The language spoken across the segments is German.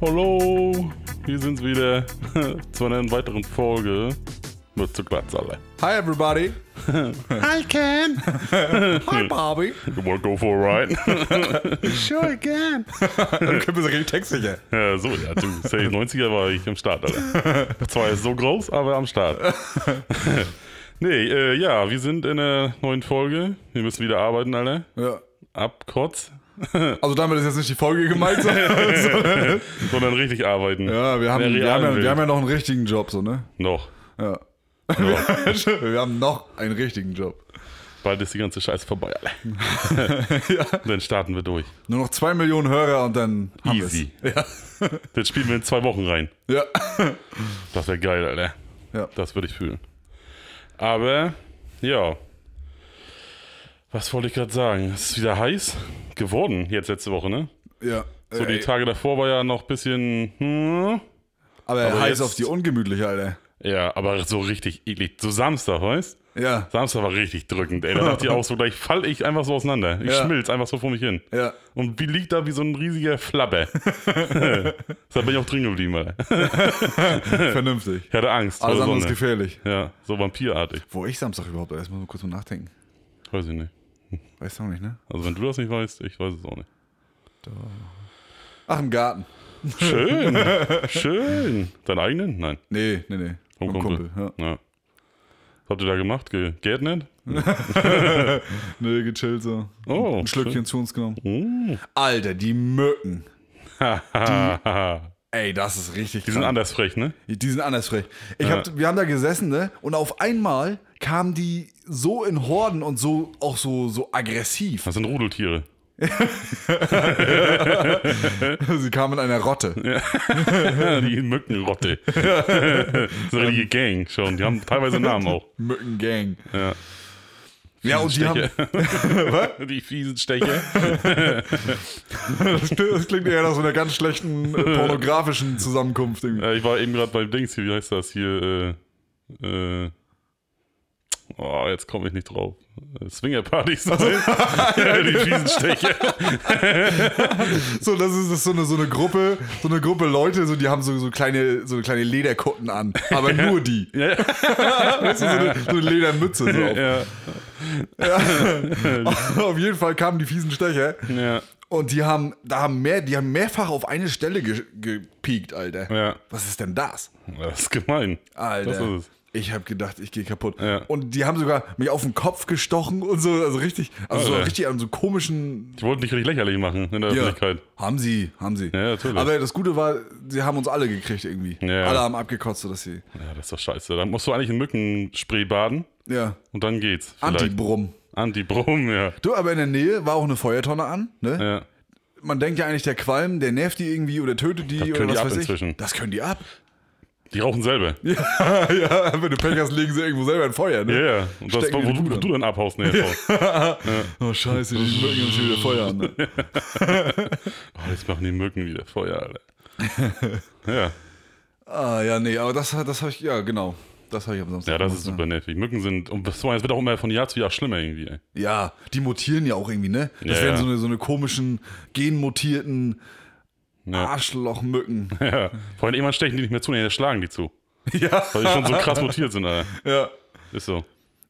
Hallo, hier sind's wieder zu einer weiteren Folge mit zu Glatzerle. Hi everybody. Hi Ken. Hi Hm. Barbie. You wanna go for a ride? Sure again. Dann können wir so richtig textsicher. ja, so, ja, du, safe 90er war ich am Start, Alter. Zwar ist so groß, aber am Start. nee, äh, ja, wir sind in einer neuen Folge. Wir müssen wieder arbeiten, Alter. Ja. Abkotz, Also damit ist jetzt nicht die Folge gemeint. sondern- sondern richtig arbeiten. ja, wir haben, Der wir, haben ja, realen wir Welt. haben ja noch einen richtigen Job, so, ne? Noch. Ja. Ja. wir haben noch einen richtigen Job. Bald ist die ganze Scheiße vorbei, Alter. Dann starten wir durch. Nur noch zwei Millionen Hörer und dann haben Easy. wir Dann spielen wir in zwei Wochen rein. Ja. Das wäre geil, Alter. Ja. Das würde ich fühlen. Aber, ja. Was wollte ich gerade sagen? Es ist wieder heiß geworden, jetzt letzte Woche, ne? Ja. So die Ey, Tage davor war ja noch ein bisschen, hm, aber aber heiß jetzt- auf die ungemütliche, Alter. ja, aber so richtig eklig. So Samstag, weißt? Ja. Samstag war richtig drückend, ey. Da dachte ich auch so, gleich fall ich einfach so auseinander. Ich Ja. schmilz einfach so vor mich hin. Ja. Und wie liegt da wie so ein riesiger Flabber. Deshalb bin ich auch drin geblieben, Alter. Vernünftig. Ich hatte Angst vor Alles der andere ist Hm. Sonne. gefährlich. Ja, so vampirartig. Wo ich Samstag überhaupt, Alter, erstmal kurz mal nachdenken. Weiß ich nicht. Weißt du auch nicht, ne? Also wenn du das nicht weißt, ich weiß es auch nicht. Ach, im Garten. Hm. Schön, schön. Deinen eigenen? Nein. Nee, nee, nee. Mit dem Ja. Ja. Was habt ihr da gemacht? Ge Gärtnet? Nee, gechillt so. Oh, Ein Schlückchen zu uns genommen. schön. Mm. Alter, die Mücken. Hahaha. Ey, das ist richtig Die sind anders frech, ne? Die sind anders frech. Ich hab, Wir haben da gesessen, ne? Und auf einmal kamen die so in Horden und so auch so, so aggressiv. Das sind Rudeltiere. Sie kamen in einer Rotte. Die Mückenrotte. das ist eine richtige Gang schon. Die haben teilweise Namen auch. Mückengang. Ja. Ja, und die haben. Die fiesen Stecher. Das klingt, das klingt eher nach so einer ganz schlechten äh, pornografischen Zusammenkunft. Irgendwie. Äh, ich war eben gerade beim Dings hier, wie heißt das hier? Äh, äh, oh, jetzt komme ich nicht drauf. Äh, Swingerpartys. die fiesen Stecher. So, das ist, das ist so, eine, so eine Gruppe, so eine Gruppe Leute, so, die haben so, so, kleine, so kleine Lederkutten an. Aber nur die. Ja. weißt du, so eine, so eine Ledermütze. So auf. Ja, auf jeden Fall kamen die fiesen Stecher. ja, Und die haben, da haben mehr, die haben mehrfach auf eine Stelle ge gepiekt, Alter. ja. Was ist denn das? Das ist gemein. Alter. Das ist es. Ich habe gedacht, ich gehe kaputt. Ja. Und die haben sogar mich auf den Kopf gestochen und so, also richtig, also so Alter. richtig an so komischen. Ich wollte dich richtig lächerlich machen in der Ja, Öffentlichkeit. haben sie, haben sie. Ja, natürlich. Aber das Gute war, sie haben uns alle gekriegt irgendwie. Ja. Alle haben abgekotzt, so dass sie. Ja, das ist doch scheiße. Dann musst du eigentlich in Mückenspray baden Ja. und dann geht's. vielleicht. Anti-Brumm. Anti-Brum, ja. Du, aber in der Nähe war auch eine Feuertonne an, ne? ja. Man denkt ja eigentlich, der Qualm, der nervt die irgendwie oder tötet die Das oder können die was ab weiß ich. inzwischen. Das können die ab. Die rauchen selber. Ja, ja, wenn du Pech hast, legen sie irgendwo selber ein Feuer, ne? ja. Und das, Stecken wo, die du- Bude wo an. du dann abhaust, ne? Frau. Oh scheiße, die Mücken haben schon wieder Feuer an. Ne? Oh, jetzt machen die Mücken wieder Feuer, Alter. ja. Ah ja, nee, aber das, das habe ich, ja genau, das habe ich am Samstag Ja, das ist gemacht, super nervig. Mücken sind, und das wird auch immer von Jahr zu Jahr schlimmer irgendwie. Ey. ne? Ja, die mutieren ja auch irgendwie, ne? Das Ja, werden ja. so eine, so eine komischen, genmutierten Ja. Arschlochmücken. Ja. Vor allem irgendwann stechen die nicht mehr zu, nee, da schlagen die zu. ja, Weil die schon so krass mutiert sind, Alter. ja. Ist so.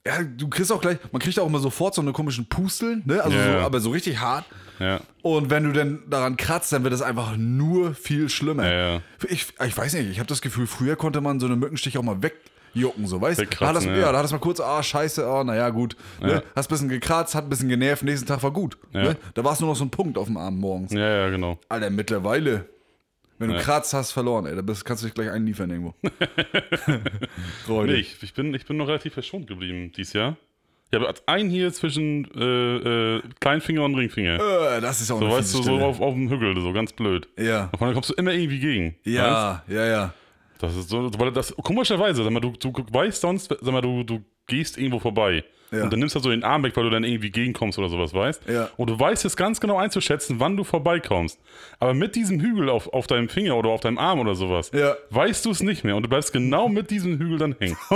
Ja, du kriegst auch gleich, man kriegt auch immer sofort so eine komischen Pusteln, ne? Also Ja, so, ja. aber so richtig hart. Ja. Und wenn du dann daran kratzt, dann wird es einfach nur viel schlimmer. Ja, ja. Ich, ich weiß nicht, ich habe das Gefühl, früher konnte man so eine Mückenstich auch mal wegjucken, so weißt du? Da hat das, Wegkratzen, ja. ja. da hat es mal kurz, ah, scheiße, ah, naja, gut. Ja. Ne? Hast ein bisschen gekratzt, hat ein bisschen genervt, nächsten Tag war gut. Ne? Da war es nur noch so ein Punkt auf dem Arm morgens. Ja, ja, genau. Alter, mittlerweile, wenn du kratzt, hast verloren, ey, da bist, kannst du dich gleich einliefern irgendwo. Freude. Nee, ich, ich, bin, ich bin noch relativ verschont geblieben dieses Jahr. Ich habe einen hier zwischen äh, äh, Kleinfinger und Ringfinger. Äh, das ist auch so, eine weißt fiese du, so Stelle. auf, auf dem Hügel, so ganz blöd. Ja. Und dann kommst du immer irgendwie gegen. Weißt? Ja, ja, ja. Das ist so, weil das, komischerweise, sag mal, du, du weißt sonst, sag mal, du, du gehst irgendwo vorbei. Ja. Und dann nimmst du so den Arm weg, weil du dann irgendwie gegenkommst oder sowas, weißt? Ja. Und du weißt jetzt ganz genau einzuschätzen, wann du vorbeikommst. Aber mit diesem Hügel auf, auf deinem Finger oder auf deinem Arm oder sowas, Ja. weißt du es nicht mehr. Und du bleibst genau mit diesem Hügel dann hängen.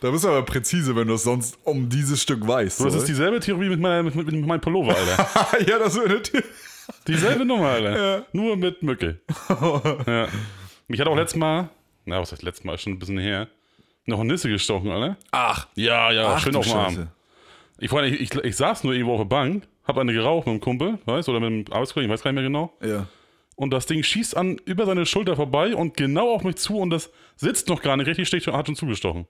da bist du aber präzise, wenn du es sonst um dieses Stück weißt. Das so, ist dieselbe Theorie mit, meiner, mit, mit, mit meinem Pullover, Alter. ja, das ist eine Theorie. Dieselbe Nummer, Alter. Ja. Nur mit Mücke. ja. Ich hatte auch letztes Mal, na, was heißt letztes Mal, ist schon ein bisschen her, noch eine Nisse gestochen, Alter. Ach, Ja, ja, ach schön du auf dem Arm. Scheiße. Ich, Freunde, ich, ich, ich saß nur irgendwo auf der Bank, hab eine geraucht mit einem Kumpel, weißt oder mit einem Arbeitskollegen, ich weiß gar nicht mehr genau. Ja. Und das Ding schießt an über seine Schulter vorbei und genau auf mich zu und das sitzt noch gar nicht richtig, sticht und hat schon zugestochen.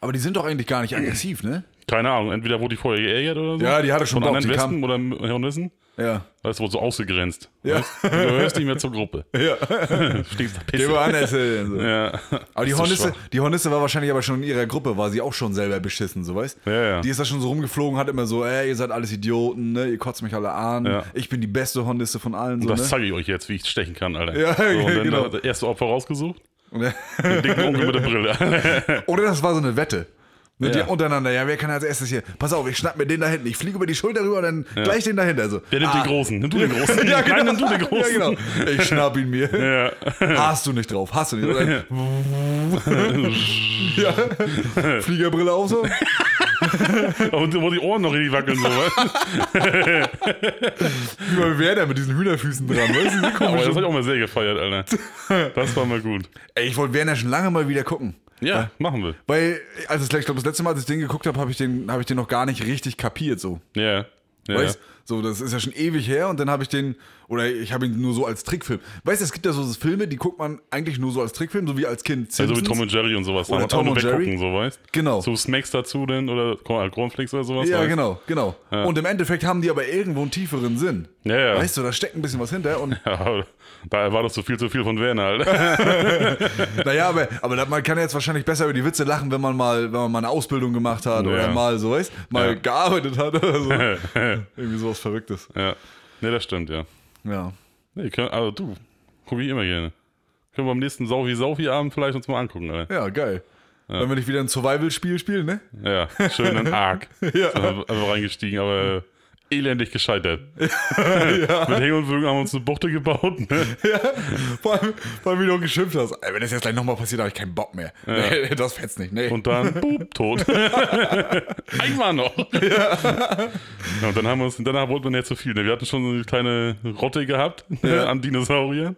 Aber die sind doch eigentlich gar nicht aggressiv, ne? Keine Ahnung, entweder wurde ich vorher geärgert oder so. Ja, die hatte schon Von Bock, anderen die kam- Wespen oder Hirnissen. Ja. Das wurde so ausgegrenzt. Ja. Du gehörst nicht mehr zur Gruppe. Ja. Stinkst nach Der Pisse. war anders. äh, So. Ja. Aber die Bist du Hornisse, schwach. die Hornisse war wahrscheinlich aber schon in ihrer Gruppe, war sie auch schon selber beschissen, so weißt Ja, ja. Die ist da schon so rumgeflogen, hat immer so, ey, ihr seid alles Idioten, ne? Ihr kotzt mich alle an, Ja. ich bin die beste Hornisse von allen, so, Das ne? zeige ich euch jetzt, wie ich stechen kann, Alter. Ja, so, und dann genau. das erste Opfer rausgesucht. Und- Den dicken Onkel mit der Brille. Oder das war so eine Wette. Ne, Ja. Die untereinander, ja, wer kann als erstes hier? Pass auf, ich schnapp mir den da hinten, ich fliege über die Schulter rüber und dann gleich den da hinten. Also, Der nimmt ah. den Großen. Nimm du den Großen. Ja, genau. Nein, nimm du den Großen. Ja, genau. Ich schnapp ihn mir. Ja. Hast du nicht drauf, hast du nicht. Oder, ja. Fliegerbrille auf so. Und wo die Ohren noch richtig wackeln, so, Oh, weißt du? Wie bei Werder mit diesen Hühnerfüßen dran. Weißt du, diese Aber das komischen- habe ich auch mal sehr gefeiert, Alter. Das war mal gut. Ey, ich wollte Werner schon lange mal wieder gucken. Ja, machen wir. Weil, also ich glaube, das letzte Mal, als ich den geguckt habe, habe ich, den- hab ich den noch gar nicht richtig kapiert so. Ja. ja. Weißt so, das ist ja schon ewig her und dann habe ich den, oder ich habe ihn nur so als Trickfilm. Weißt du, es gibt ja so Filme, die guckt man eigentlich nur so als Trickfilm, so wie als Kind. Also wie Simpsons. Tom und Jerry und sowas. Da Oder hat man auch Tom nur und Jerry. weggucken, so, weißt Genau. So Smacks dazu denn oder Corn- Cornflakes oder sowas. Ja, weißt? genau, genau. Und im Endeffekt haben die aber irgendwo einen tieferen Sinn. Ja, ja. Weißt du, da steckt ein bisschen was hinter und Ja, aber da erwartest du viel zu viel von Werner, Alter. Naja, aber, aber da- man kann jetzt wahrscheinlich besser über die Witze lachen, wenn man mal, wenn man mal eine Ausbildung gemacht hat oder Ja. mal so, weißt mal Ja. gearbeitet hat oder so. Irgendwie sowas Verrücktes. ja. Ne, das stimmt, ja. Ja. Nee, können, also du, gucke ich immer gerne. Können wir am nächsten Saufi-Saufi-Abend vielleicht uns mal angucken, Alter. Ja, geil. Wenn wir nicht wieder ein Survival-Spiel spielen, ne? Ja, schön in Ark. Ja. Sind wir einfach reingestiegen, aber äh, elendig gescheitert. Mit Hängen und Würgen haben wir uns eine Buchte gebaut. Ne? Vor allem, vor allem wie du geschimpft hast. Ey, wenn das jetzt gleich nochmal passiert, habe ich keinen Bock mehr. Nee, das fetzt nicht, nee. Und dann, boop, tot. Einmal noch. Ja, und dann haben wir uns, danach wollten wir nicht zu viel. Ne? Wir hatten schon so eine kleine Rotte gehabt ne? an Dinosauriern.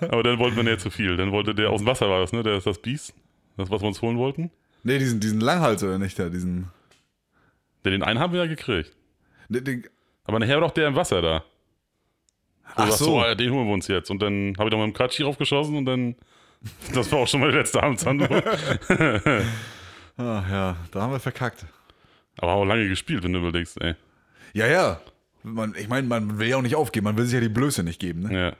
Aber dann wollten wir nicht zu viel. Dann wollte der aus dem Wasser war das, ne? Der ist das Biest. Das, was wir uns holen wollten. nee, diesen, diesen Langhals oder nicht da, diesen. Ja, Den einen haben wir ja gekriegt. ne, den- Aber nachher war doch der im Wasser da. Du Ach sagst so. ah, den holen wir uns jetzt. Und dann habe ich noch mit dem Katschi raufgeschossen und dann. Das war auch schon mal die letzte Amtshandlung. Ach Ah, ja, da haben wir verkackt. Aber auch lange gespielt, wenn du überlegst, ey. Ja, ja. Man, ich meine, man will ja auch nicht aufgeben, man will sich ja die Blöße nicht geben, ne?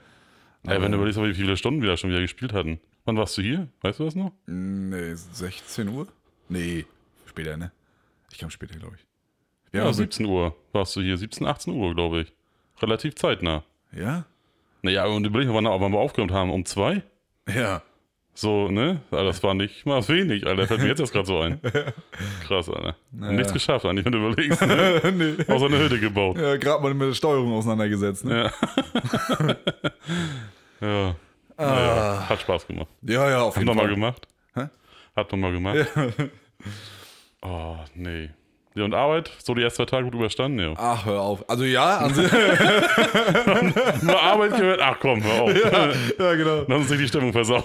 Ja. Ey, wenn du überlegst, wie viele Stunden wir da schon wieder gespielt hatten. Wann warst du hier? Weißt du das noch? Nee, 16 Uhr? Nee, später, ne? Ich kam später, glaube ich. also, Wir Ja, haben 17 Uhr warst du hier. 17, 18 Uhr, glaube ich. Relativ zeitnah. Ja? Naja, und überleg mal, wann wann wir aufgeräumt haben. Um zwei? Ja. So, ne? Alter, das war nicht mal wenig, Alter. Fällt mir jetzt erst gerade so ein. Krass, Alter. Nichts geschafft, eigentlich, wenn du überlegst. Ne? nee. Außer eine Hütte gebaut. Ja, gerade mal mit der Steuerung auseinandergesetzt, ne? Ja. Naja, hat Spaß gemacht. Ja, ja, auf Hat jeden man mal Fall. gemacht. Hat man mal gemacht. Oh, nee. Ja, und Arbeit, so die ersten zwei Tage gut überstanden, ja. Ach, hör auf. Also ja, an sich. Nur Arbeit gehört, ach komm, hör auf. ja, genau. Lass uns nicht die Stimmung versauen.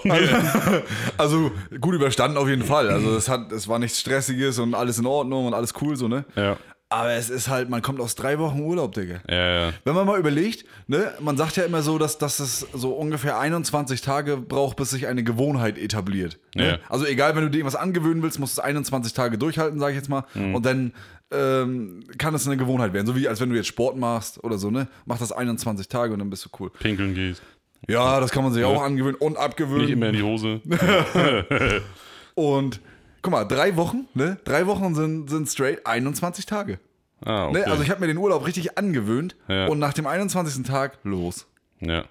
Also gut überstanden auf jeden Fall. Also es hat, es war nichts Stressiges und alles in Ordnung und alles cool so, ne? ja. Aber es ist halt, man kommt aus drei Wochen Urlaub, Digga. Ja, ja. Wenn man mal überlegt, ne, man sagt ja immer so, dass, dass es so ungefähr 21 Tage braucht, bis sich eine Gewohnheit etabliert. Ne? Ja. Also egal, wenn du dir irgendwas angewöhnen willst, musst du es 21 Tage durchhalten, sage ich jetzt mal. Mhm. Und dann ähm, kann es eine Gewohnheit werden. So wie als wenn du jetzt Sport machst oder so, ne? Mach das 21 Tage und dann bist du cool. Pinkeln gehst. Ja, das kann man sich auch angewöhnen und abgewöhnen. Nicht immer in die Hose. Und guck mal, drei Wochen, ne? Drei Wochen sind, sind straight 21 Tage. Ah, okay. Ne? Also ich habe mir den Urlaub richtig angewöhnt Ja. und nach dem 21. Tag los. ja.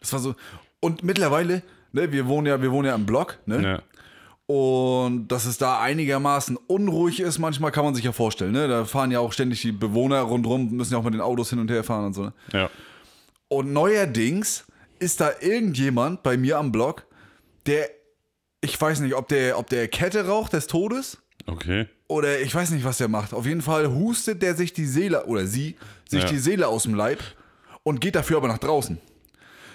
Das war so. Und mittlerweile, ne, wir wohnen ja, wir wohnen ja im Block, ne? ja. Und dass es da einigermaßen unruhig ist, manchmal kann man sich ja vorstellen, ne? Da fahren ja auch ständig die Bewohner rundrum, müssen ja auch mit den Autos hin und her fahren und so. Ne? Ja. Und neuerdings ist da irgendjemand bei mir am Block, der, ich weiß nicht, ob der, ob der Kette raucht des Todes Okay. oder ich weiß nicht, was der macht. Auf jeden Fall hustet der sich die Seele oder sie sich Ja. die Seele aus dem Leib und geht dafür aber nach draußen.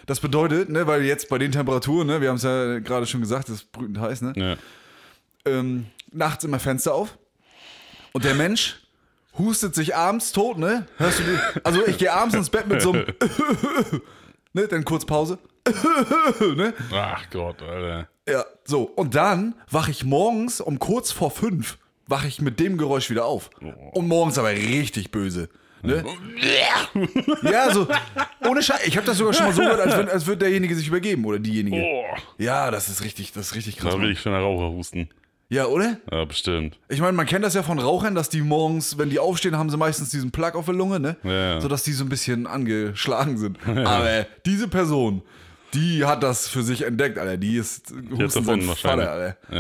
Das bedeutet, ne, weil jetzt bei den Temperaturen, ne, wir haben es ja gerade schon gesagt, es ist brütend heiß, ne, Ja. ähm, nachts immer Fenster auf und der Mensch hustet sich abends tot, ne? Hörst du die? Also ich gehe abends ins Bett mit so einem, ne, dann kurz Pause, ne? Ach Gott, Alter. Ja, so. Und dann wache ich morgens um kurz vor fünf, wache ich mit dem Geräusch wieder auf. Oh. Und morgens aber richtig böse. Ne? Mhm. Ja, so. Ohne Scheiß. Ich habe das sogar schon mal so gehört, als, wenn, als würde derjenige sich übergeben oder diejenige. Boah. Ja, das ist richtig, das ist richtig krass. Da will ich schon einen Raucher husten. Ja, oder? Ja, bestimmt. Ich meine, man kennt das ja von Rauchern, dass die morgens, wenn die aufstehen, haben sie meistens diesen Plug auf der Lunge, ne? Ja. Sodass die so ein bisschen angeschlagen sind. Aber diese Person, die hat das für sich entdeckt, Alter. Die ist Jetzt Husten davon und wahrscheinlich. Falle, Alter.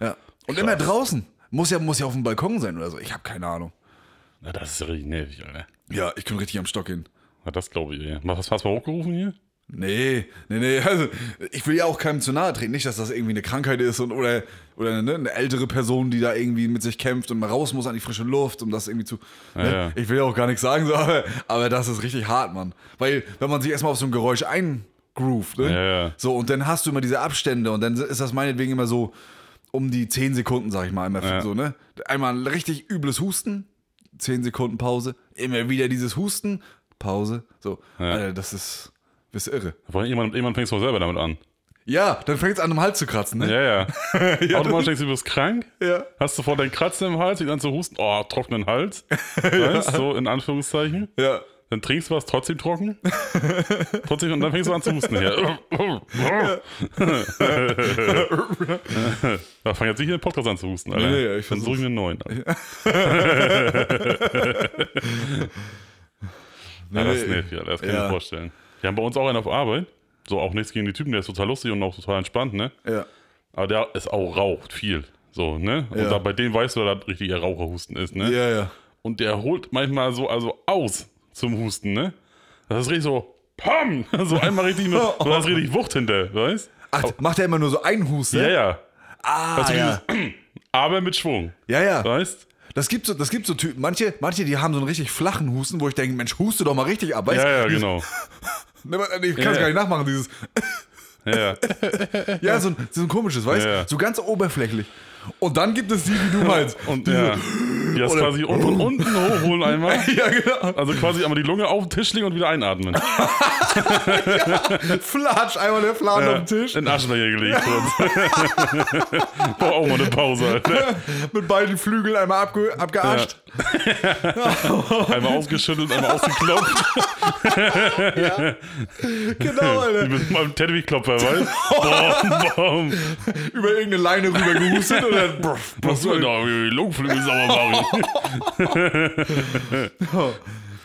Ja. Ja. Und immer draußen. Muss ja, muss ja auf dem Balkon sein oder so. Ich habe keine Ahnung. Na, das ist ja richtig nervig, Alter. Ja, ich könnte richtig am Stock gehen. Na, das glaube ich, ja. Was hast du mal hochgerufen hier? Nee, nee, nee. Also, ich will ja auch keinem zu nahe treten. Nicht, dass das irgendwie eine Krankheit ist und, oder, oder ne, eine ältere Person, die da irgendwie mit sich kämpft und mal raus muss an die frische Luft, um das irgendwie zu. Ne? Ja, ja. Ich will ja auch gar nichts sagen, so, aber, aber das ist richtig hart, Mann. Weil, wenn man sich erstmal auf so ein Geräusch eingroovt, ne? Ja, ja. so, und dann hast du immer diese Abstände und dann ist das meinetwegen immer so um die 10 Sekunden, sag ich mal, immer so, ne? Einmal ein richtig übles Husten, 10 Sekunden Pause, immer wieder dieses Husten, Pause, so. Alter, das ist. Das ist irre. Vor allem, Irgendwann, irgendwann fängst du auch selber damit an. Ja, dann fängt es an, am Hals zu kratzen, ne? Ja, ja. Automatisch denkst du, du bist krank. Ja. Hast sofort deinen Kratzen im Hals, fängt an zu husten. Oh, trockenen Hals. Weißt, so in Anführungszeichen. Ja. Dann trinkst du was, trotzdem trocken. trotzdem, und dann fängst du an zu husten. Ja. da fang jetzt nicht hier den Podcast an zu husten, Alter. Nee, nee, ich dann suche versuch's. ich mir einen neuen. an. Ja, das ist Nee, nervig, Alter. Das kann ich Ja. mir vorstellen. Wir haben bei uns auch einen auf Arbeit. So, auch nichts gegen die Typen, der ist total lustig und auch total entspannt, ne? Ja. Aber der ist auch raucht viel. So, ne? Und Ja. da, bei dem weißt du, dass das richtiger Raucherhusten ist, ne? Ja, ja. Und der holt manchmal so also aus zum Husten, ne? Das ist richtig so, PAM! So einmal richtig, mit, so, da ist richtig Wucht hinter, weißt? Ach, macht er immer nur so einen Husten? Ja, ja. Ah, Also ja. dieses, aber mit Schwung, ja, ja. weißt? Das gibt so, das gibt so Typen. Manche, manche, die haben so einen richtig flachen Husten, wo ich denke, Mensch, huste doch mal richtig ab. Weißt? Ja, ja, Dieses- genau. Ne, man- Ich kann Ja, es ja. gar nicht nachmachen, dieses. Ja, ja. Ja, so ein, so ein komisches, weißt Ja, ja. So ganz oberflächlich. Und dann gibt es die, wie du meinst. Und diese, ja. Die das Oder- quasi un- von unten hochholen einmal. ja, genau. Also quasi einmal die Lunge auf den Tisch legen und wieder einatmen. Flatsch, einmal der Fladen Ja, auf den Tisch. In den Aschenbecher gelegt. kurz. Brauch auch mal eine Pause. Alter. Mit beiden Flügeln einmal abge abgearscht. Oh. Einmal ausgeschüttelt, einmal ausgeklopft. Genau, Wie Alter. mit meinem Teppichklopfer, weißt du? Boom, boom. Über irgendeine Leine rüber gehustet und dann. bruff, bruff, Was soll denn da? Die genau, Lungenflügel sauber machen.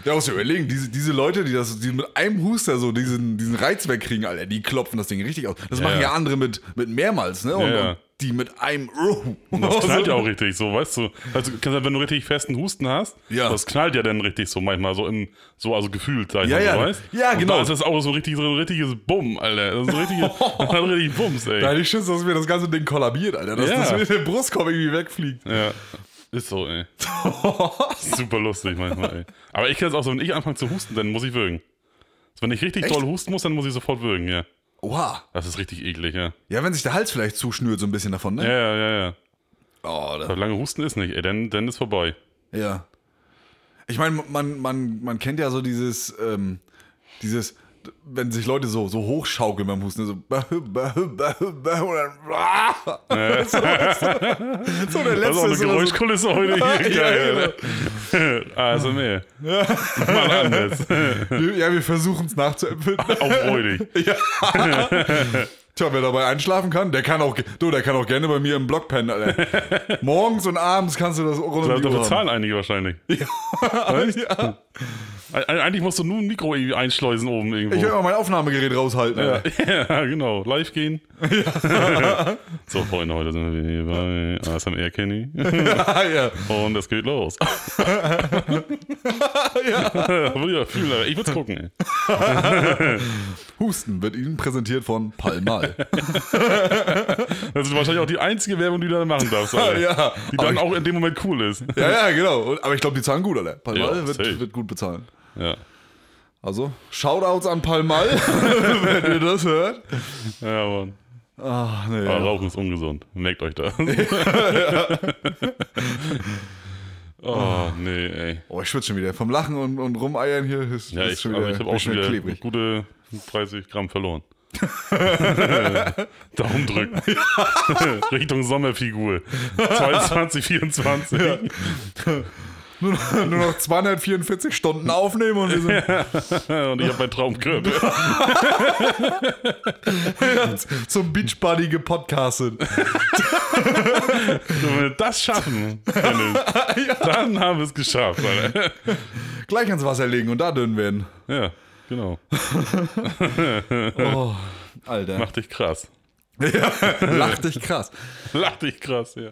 Ja, muss ich überlegen, diese, diese Leute, die das, die mit einem Huster so diesen, diesen Reiz wegkriegen, Alter, die klopfen das Ding richtig aus. Das machen ja ja. andere mit, mit mehrmals, ne? Und, Ja, ja. und die mit einem. Das knallt ja auch richtig so, weißt du? Also, kannst halt, wenn du richtig festen Husten hast, Ja. das knallt ja dann richtig so manchmal, so im, so also gefühlt, sag ich Ja, mal, so, ja. weißt Ja, Und genau. Da ist das auch so richtig, so ein richtiges Bumm, Alter. Das ist ein richtiges, das hat richtig Bums, ey. Da hätte ich Schiss, dass mir das ganze Ding kollabiert, Alter. Dass Ja. das mir der Brustkorb irgendwie wegfliegt. Ja. Ist so, ey. Super lustig manchmal, ey. Aber ich kann es auch so, wenn ich anfange zu husten, dann muss ich würgen. Also wenn ich richtig Echt? doll husten muss, dann muss ich sofort würgen, ja. Oha. Das ist richtig eklig, ja. Ja, wenn sich der Hals vielleicht zuschnürt, so ein bisschen davon, Ja, ne? ja, ja, ja. Oh, da, Aber lange husten ist nicht, ey, dann, dann ist vorbei. ja. Ich meine, man, man, man kennt ja so dieses, ähm, dieses, wenn sich Leute so, so hochschaukeln beim Husten, ne? so. bah, bah, bah, bah, und dann, ah! so, so der letzte Das ist auch eine ist immer so- Geräuschkulisse heute hier. Ja, genau. Geil, ne? Also mehr. Mal anders. Wir- Ja, wir versuchen es nachzuempfinden. Auch freudig. ja. Tja, wer dabei einschlafen kann, der kann auch, ge- du, der kann auch gerne bei mir im Block pennen, Alter. Morgens und abends kannst du das rund um Da die Uhr haben. bezahlen einige wahrscheinlich. Ja. Eig- Eigentlich musst du nur ein Mikro irgendwie einschleusen oben irgendwo. Ich werde mal mein Aufnahmegerät raushalten, Alter. Ja, genau. Live gehen. so, Freunde, heute sind wir wieder bei ASMR Kenny. Ah, ja. Und es geht los. ja. Fühler, ich würde gucken. Ey. Husten wird Ihnen präsentiert von Palmal. Das ist wahrscheinlich auch die einzige Werbung, die du da machen darfst. ja, Alter. ja, Die aber dann ich, auch in dem Moment cool ist. ja, ja, genau. Und- Aber ich glaube, die zahlen gut, Alter. Palmal Ja, wird, safe. wird gut bezahlen. Ja. Also, Shoutouts an Palmal, wenn ihr das hört. Ja, Mann. Ach, nee. Aber Äh, Rauchen ist ungesund. Merkt euch das. oh, nee, ey. Oh, ich schwitze schon wieder. Vom Lachen und, und Rumeiern hier ist, Ja, ist ich, schon aber wieder, ich habe auch wird schon wieder klebrig. gute 30 Gramm verloren. Daumen drücken. Richtung Sommerfigur. 22, 24. Nur noch 244 Stunden aufnehmen und wir sind Und ich habe meinen Traumkörper. zum Beachbody gepodcastet. Wenn wir das schaffen, Dennis, dann haben wir es geschafft. Alter. Gleich ans Wasser legen und da dünn werden. Ja, genau. Oh, Alter. Mach dich krass. Lach dich krass. Lach dich krass, ja.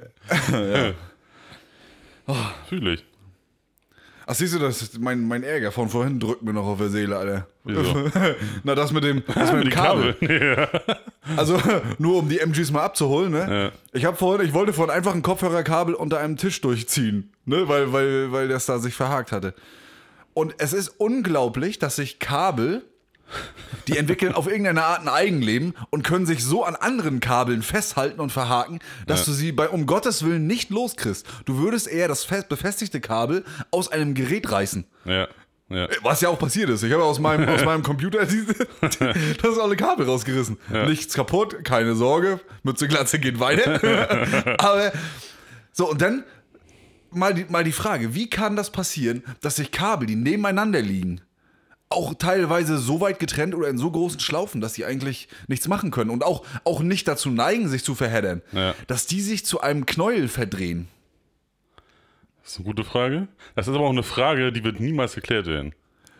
Fühle ich. Ach, siehst du, das ist mein, mein Ärger von vorhin drückt mir noch auf der Seele, Alter. Wieso? Na, das mit dem, das mit dem Die Kabel. Kabel. Ja. Also nur um die MGs mal abzuholen, ne? Ja. Ich habe vorhin, ich wollte vorhin einfach ein Kopfhörerkabel unter einem Tisch durchziehen, ne? Weil, weil, weil das da sich verhakt hatte. Und es ist unglaublich, dass sich Kabel, die entwickeln auf irgendeine Art ein Eigenleben und können sich so an anderen Kabeln festhalten und verhaken, dass du sie bei um Gottes Willen nicht loskriegst. Du würdest eher das fest befestigte Kabel aus einem Gerät reißen. Ja. ja. Was ja auch passiert ist. Ich habe aus meinem, aus meinem Computer diese, das alle Kabel rausgerissen. Nichts kaputt, keine Sorge. Mütze Glatze geht weiter. Aber so, und dann mal die, mal die Frage: Wie kann das passieren, dass sich Kabel, die nebeneinander liegen, auch teilweise so weit getrennt oder in so großen Schlaufen, dass sie eigentlich nichts machen können und auch, auch nicht dazu neigen, sich zu verheddern, Ja. dass die sich zu einem Knäuel verdrehen? Das ist eine gute Frage. Das ist aber auch eine Frage, die wird niemals geklärt werden.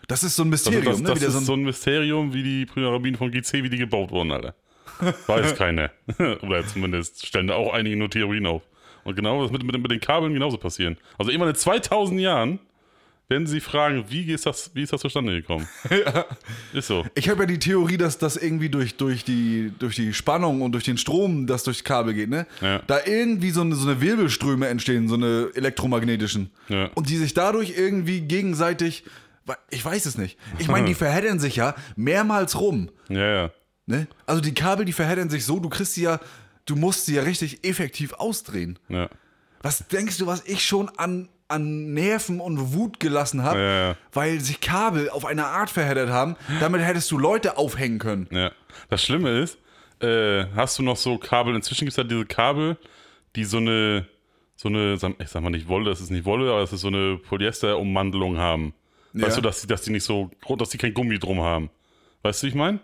Das ist so ein Das, Mysterium, das, ne? das Wieder ist so ein- so ein Mysterium, wie die Polyrabinen von GC, wie die gebaut wurden, Alter. Weiß keiner. Oder zumindest stellen da auch einige nur Theorien auf. Und genau das mit, mit, mit den Kabeln genauso passieren. Also irgendwann in 2000 Jahren werden sie fragen, wie ist das, wie ist das zustande gekommen? Ist so. Ich habe ja die Theorie, dass das irgendwie durch, durch, die, durch die Spannung und durch den Strom, das durchs Kabel geht, ne? Ja. Da irgendwie so eine, so eine Wirbelströme entstehen, so eine elektromagnetischen. Ja. Und die sich dadurch irgendwie gegenseitig. Ich weiß es nicht. Ich meine, die verheddern sich ja mehrmals rum. Ja, ja. Ne? Also die Kabel, die verheddern sich so, du kriegst sie ja, du musst sie ja richtig effektiv ausdrehen. ja. Was denkst du, was ich schon an, an Nerven und Wut gelassen habe, Ja, ja. weil sich Kabel auf eine Art verheddert haben? Damit hättest du Leute aufhängen können. Ja. Das Schlimme ist, äh, hast du noch so Kabel, inzwischen gibt es ja diese Kabel, die so eine, so eine, sag- ich sag mal nicht Wolle, das ist nicht Wolle, aber es ist so eine Polyester-Ummantelung haben. Weißt du, dass die, dass die nicht so, gro- dass die kein Gummi drum haben. Weißt du, wie ich meine?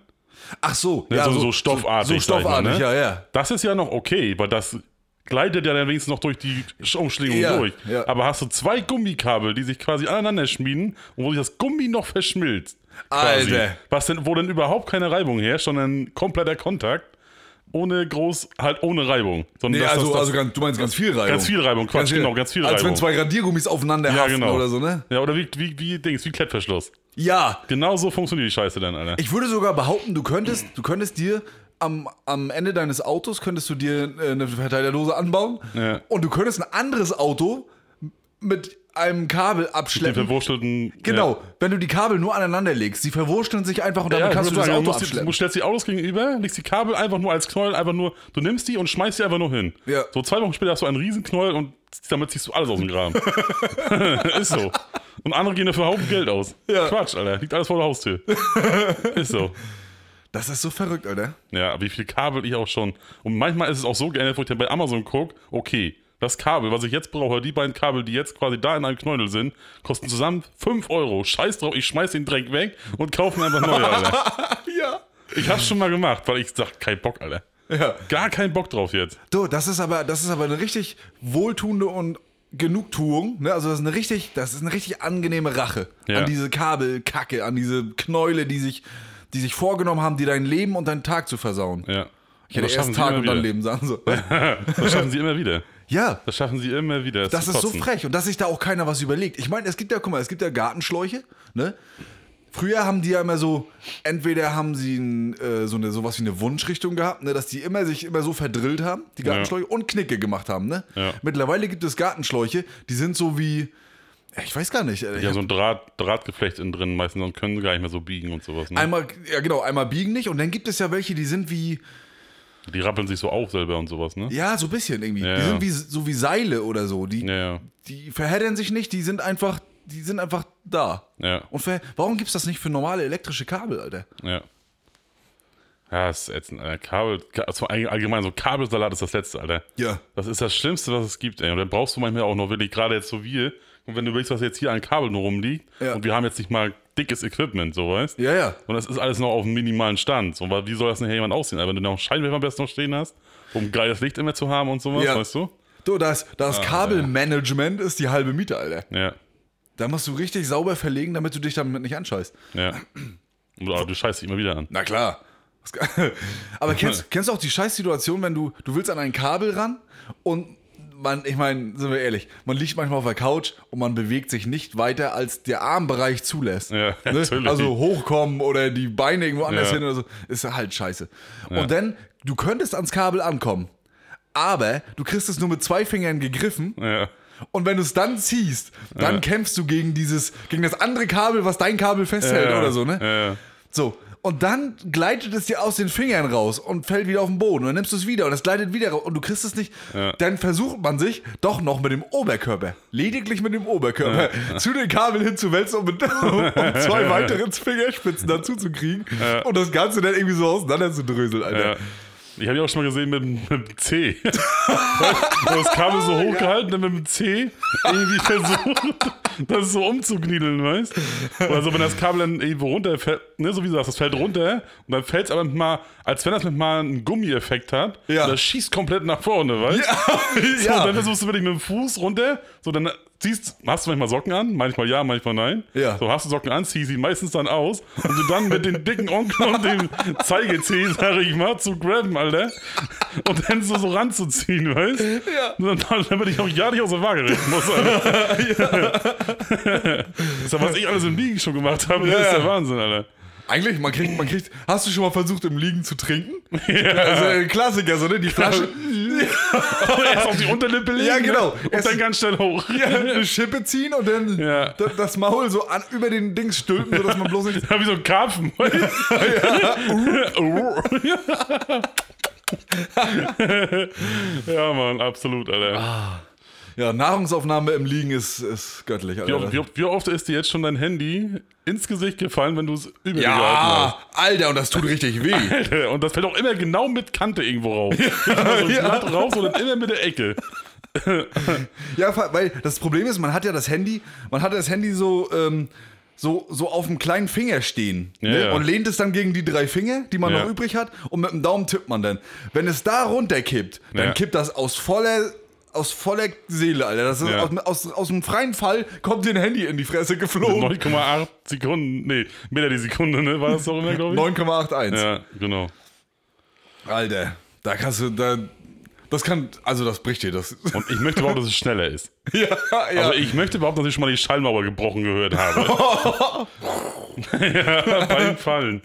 Ach so, Ne, ja, so, so, stoffartig. So, so sag ich mal, ne? stoffartig, ja, ja. Das ist ja noch okay, weil das gleitet ja dann wenigstens noch durch die Sch- Umschlingung Ja, durch. ja. Aber hast du zwei Gummikabel, die sich quasi aneinander schmieden und wo sich das Gummi noch verschmilzt. quasi. Alter. Was denn, wo dann überhaupt keine Reibung herrscht, sondern kompletter Kontakt. Ohne groß, halt ohne Reibung. Sondern Nee, dass das- also, das- also ganz, du meinst ganz viel Reibung. Ganz viel Reibung, Quatsch, genau, ganz viel Als wenn Reibung. zwei Radiergummis aufeinander ja, haften genau. oder so, ne? Ja, oder wie, wie, wie Dings, wie Klettverschluss. Ja, Genau so funktioniert die Scheiße dann, Alter. ich würde sogar behaupten, du könntest, du könntest dir am, am Ende deines Autos könntest du dir äh, eine Verteilerdose anbauen Ja. und du könntest ein anderes Auto mit einem Kabel Den abschleppen. verwurschtelten. Genau, Ja. wenn du die Kabel nur aneinander legst, sie verwurschteln sich einfach und damit Ja, kannst ich du würde das sagen, du, Auto musst die, du abschleppen. stellst die Autos gegenüber, legst die Kabel einfach nur als Knäuel, einfach nur, du nimmst die und schmeißt die einfach nur hin. Ja. So zwei Wochen später hast du einen riesen Knäuel und damit ziehst du alles aus dem Graben. Ist so. Und andere gehen dafür Haufen Geld aus. Ja. Quatsch, Alter. Liegt alles vor der Haustür. Ist so. Das ist so verrückt, Alter. Ja, wie viel Kabel ich auch schon. Und manchmal ist es auch so geändert, wo ich dann bei Amazon gucke, okay, das Kabel, was ich jetzt brauche, die beiden Kabel, die jetzt quasi da in einem Knäuel sind, kosten zusammen 5 Euro. Scheiß drauf, ich schmeiß den Dreck weg und kaufe mir einfach neue, Alter. Ja. Ich hab's schon mal gemacht, weil ich sag, kein Bock, Alter. Ja. Gar keinen Bock drauf jetzt. Du, das ist aber, das ist aber eine richtig wohltuende und Genugtuung, ne? Also das ist eine richtig, das ist eine richtig angenehme Rache Ja. an diese Kabelkacke, an diese Knäule, die sich, die sich vorgenommen haben, die dein Leben und deinen Tag zu versauen. Ja. Ich hätte Das erst schaffen sie Tag immer und dann wieder. Leben sagen so. Das schaffen sie immer wieder. Ja, Das schaffen sie immer wieder. das zu ist so kotzen. frech und dass sich da auch keiner was überlegt. Ich meine, es gibt ja, guck mal, es gibt ja Gartenschläuche, ne? Früher haben die ja immer so, entweder haben sie ein, äh, so eine sowas wie eine Wunschrichtung gehabt, ne, dass die immer sich immer so verdrillt haben, die Gartenschläuche und Knicke gemacht haben, ne? Ja. Mittlerweile gibt es Gartenschläuche, die sind so wie Ich weiß gar nicht. äh, Ich Die haben hab so ein Draht, Drahtgeflecht innen drin meistens und können gar nicht mehr so biegen und sowas. Ne? einmal, ja genau, einmal biegen nicht und dann gibt es ja welche, die sind wie, Die rappeln sich so auf selber und sowas, ne? ja, so ein bisschen irgendwie. Ja, die ja. sind wie, so wie Seile oder so. Die, Ja, ja. die verheddern sich nicht, die sind einfach, die sind einfach da. Ja. Und ver warum gibt's das nicht für normale elektrische Kabel, Alter? Ja. Ja, ist ätzend. Alter. Kabel, Ka- also all- allgemein, so Kabelsalat ist das Letzte, Alter. Ja. Das ist das Schlimmste, was es gibt, ey. Und dann brauchst du manchmal auch noch wirklich, gerade jetzt so wir. Und wenn du überlegst, was jetzt hier an Kabel nur rumliegt, Ja. und wir haben jetzt nicht mal dickes Equipment, so weißt Ja, ja. Und das ist alles noch auf einem minimalen Stand. So, weil wie soll das nachher jemand aussehen? Aber wenn du noch einen Scheinwerfer am besten noch stehen hast, um geiles Licht immer zu haben und sowas, Ja. weißt du? Du, das, das Kabelmanagement ist die halbe Miete, Alter. Ja. Da musst du richtig sauber verlegen, damit du dich damit nicht anscheißt. Ja. Oder du scheißt dich immer wieder an. Na klar. Aber kennst, kennst du auch die Scheißsituation, wenn du, du willst an ein Kabel ran und man, ich meine, sind wir ehrlich, man liegt manchmal auf der Couch und man bewegt sich nicht weiter, als der Armbereich zulässt. Ja, natürlich. Also hochkommen oder die Beine irgendwo anders Ja. hin oder so, ist halt scheiße. Und dann, du könntest ans Kabel ankommen, aber du kriegst es nur mit zwei Fingern gegriffen Ja. und wenn du es dann ziehst, dann Ja. kämpfst du gegen dieses, gegen das andere Kabel, was dein Kabel festhält Ja. oder so, ne? Ja. So. Und dann gleitet es dir aus den Fingern raus und fällt wieder auf den Boden. Und dann nimmst du es wieder und es gleitet wieder raus und du kriegst es nicht. Dann versucht man sich doch noch mit dem Oberkörper, lediglich mit dem Oberkörper, zu den Kabeln hinzuwälzen, um, mit, um zwei weitere Fingerspitzen dazu zu kriegen und das Ganze dann irgendwie so auseinander zu dröseln, Alter. Ja. Ich habe ja auch schon mal gesehen mit, dem- mit dem C. Wo das Kabel so hochgehalten, dann mit dem C irgendwie versucht, das so umzukniedeln, weißt Oder so, wenn das Kabel dann irgendwo runterfällt, ne, so wie du sagst, das fällt runter und dann fällt es aber mit mal, als wenn das mit mal einen Gummieffekt hat, Ja. und das schießt komplett nach vorne, weißt So, Ja. dann versuchst du wirklich mit dem Fuß runter, so dann ziehst, hast du manchmal Socken an, manchmal ja, manchmal nein. Ja. So hast du Socken an, ziehst sie meistens dann aus und du dann mit den dicken Onkel und dem Zeigezeh, sag ich mal, zu grabben, Alter. Und dann so, so ranzuziehen, weißt Ja. Und dann, damit ich auch ja nicht aus der Waage reden muss, Alter. Das ist ja, was ich alles im Liegen schon gemacht habe, das ist Ja. der Wahnsinn, Alter. Eigentlich, man kriegt, man kriegt. Hast du schon mal versucht, im Liegen zu trinken? Ja. Also ein Klassiker, so, ne? Die Flasche. Aber erst auf die Unterlippe legen. Ja, genau. ne? Und Erst- dann ganz schnell hoch. Ja, eine Schippe ziehen und dann Ja. da- das Maul so an, über den Dings stülpen, sodass man bloß nicht. Ja, wie so ein Karpfen. ja. ja, Mann, absolut, Ah, Alter. Ja, Nahrungsaufnahme im Liegen ist, ist göttlich, Wie oft, wie, Alter. oft, wie oft ist dir jetzt schon dein Handy ins Gesicht gefallen, wenn du es übel gehalten Ja, Alter, und das tut richtig weh. hast? Und das fällt auch immer genau mit Kante irgendwo rauf. Ja, so glatt rauf, sondern immer mit der Ecke. Ja, weil das Problem ist, man hat ja das Handy, man hat das Handy so, ähm, so, so auf dem kleinen Finger stehen ne? ja. und lehnt es dann gegen die drei Finger, die man Ja. noch übrig hat, und mit dem Daumen tippt man dann. Wenn es da runterkippt, dann Ja. kippt das aus voller. Aus voller Seele, Alter. Das ist Ja. aus, aus, aus dem freien Fall kommt dir ein Handy in die Fresse geflogen. 9,8 Sekunden, nee, Meter die Sekunde, ne? War das doch immer, glaube ich? 9,81. Ja, genau. Alter, da kannst du, da, das kann, also das bricht dir das. Und ich möchte überhaupt, dass es schneller ist. ja, ja. Also ich möchte überhaupt, dass ich schon mal die Schallmauer gebrochen gehört habe. ja, beim Fallen.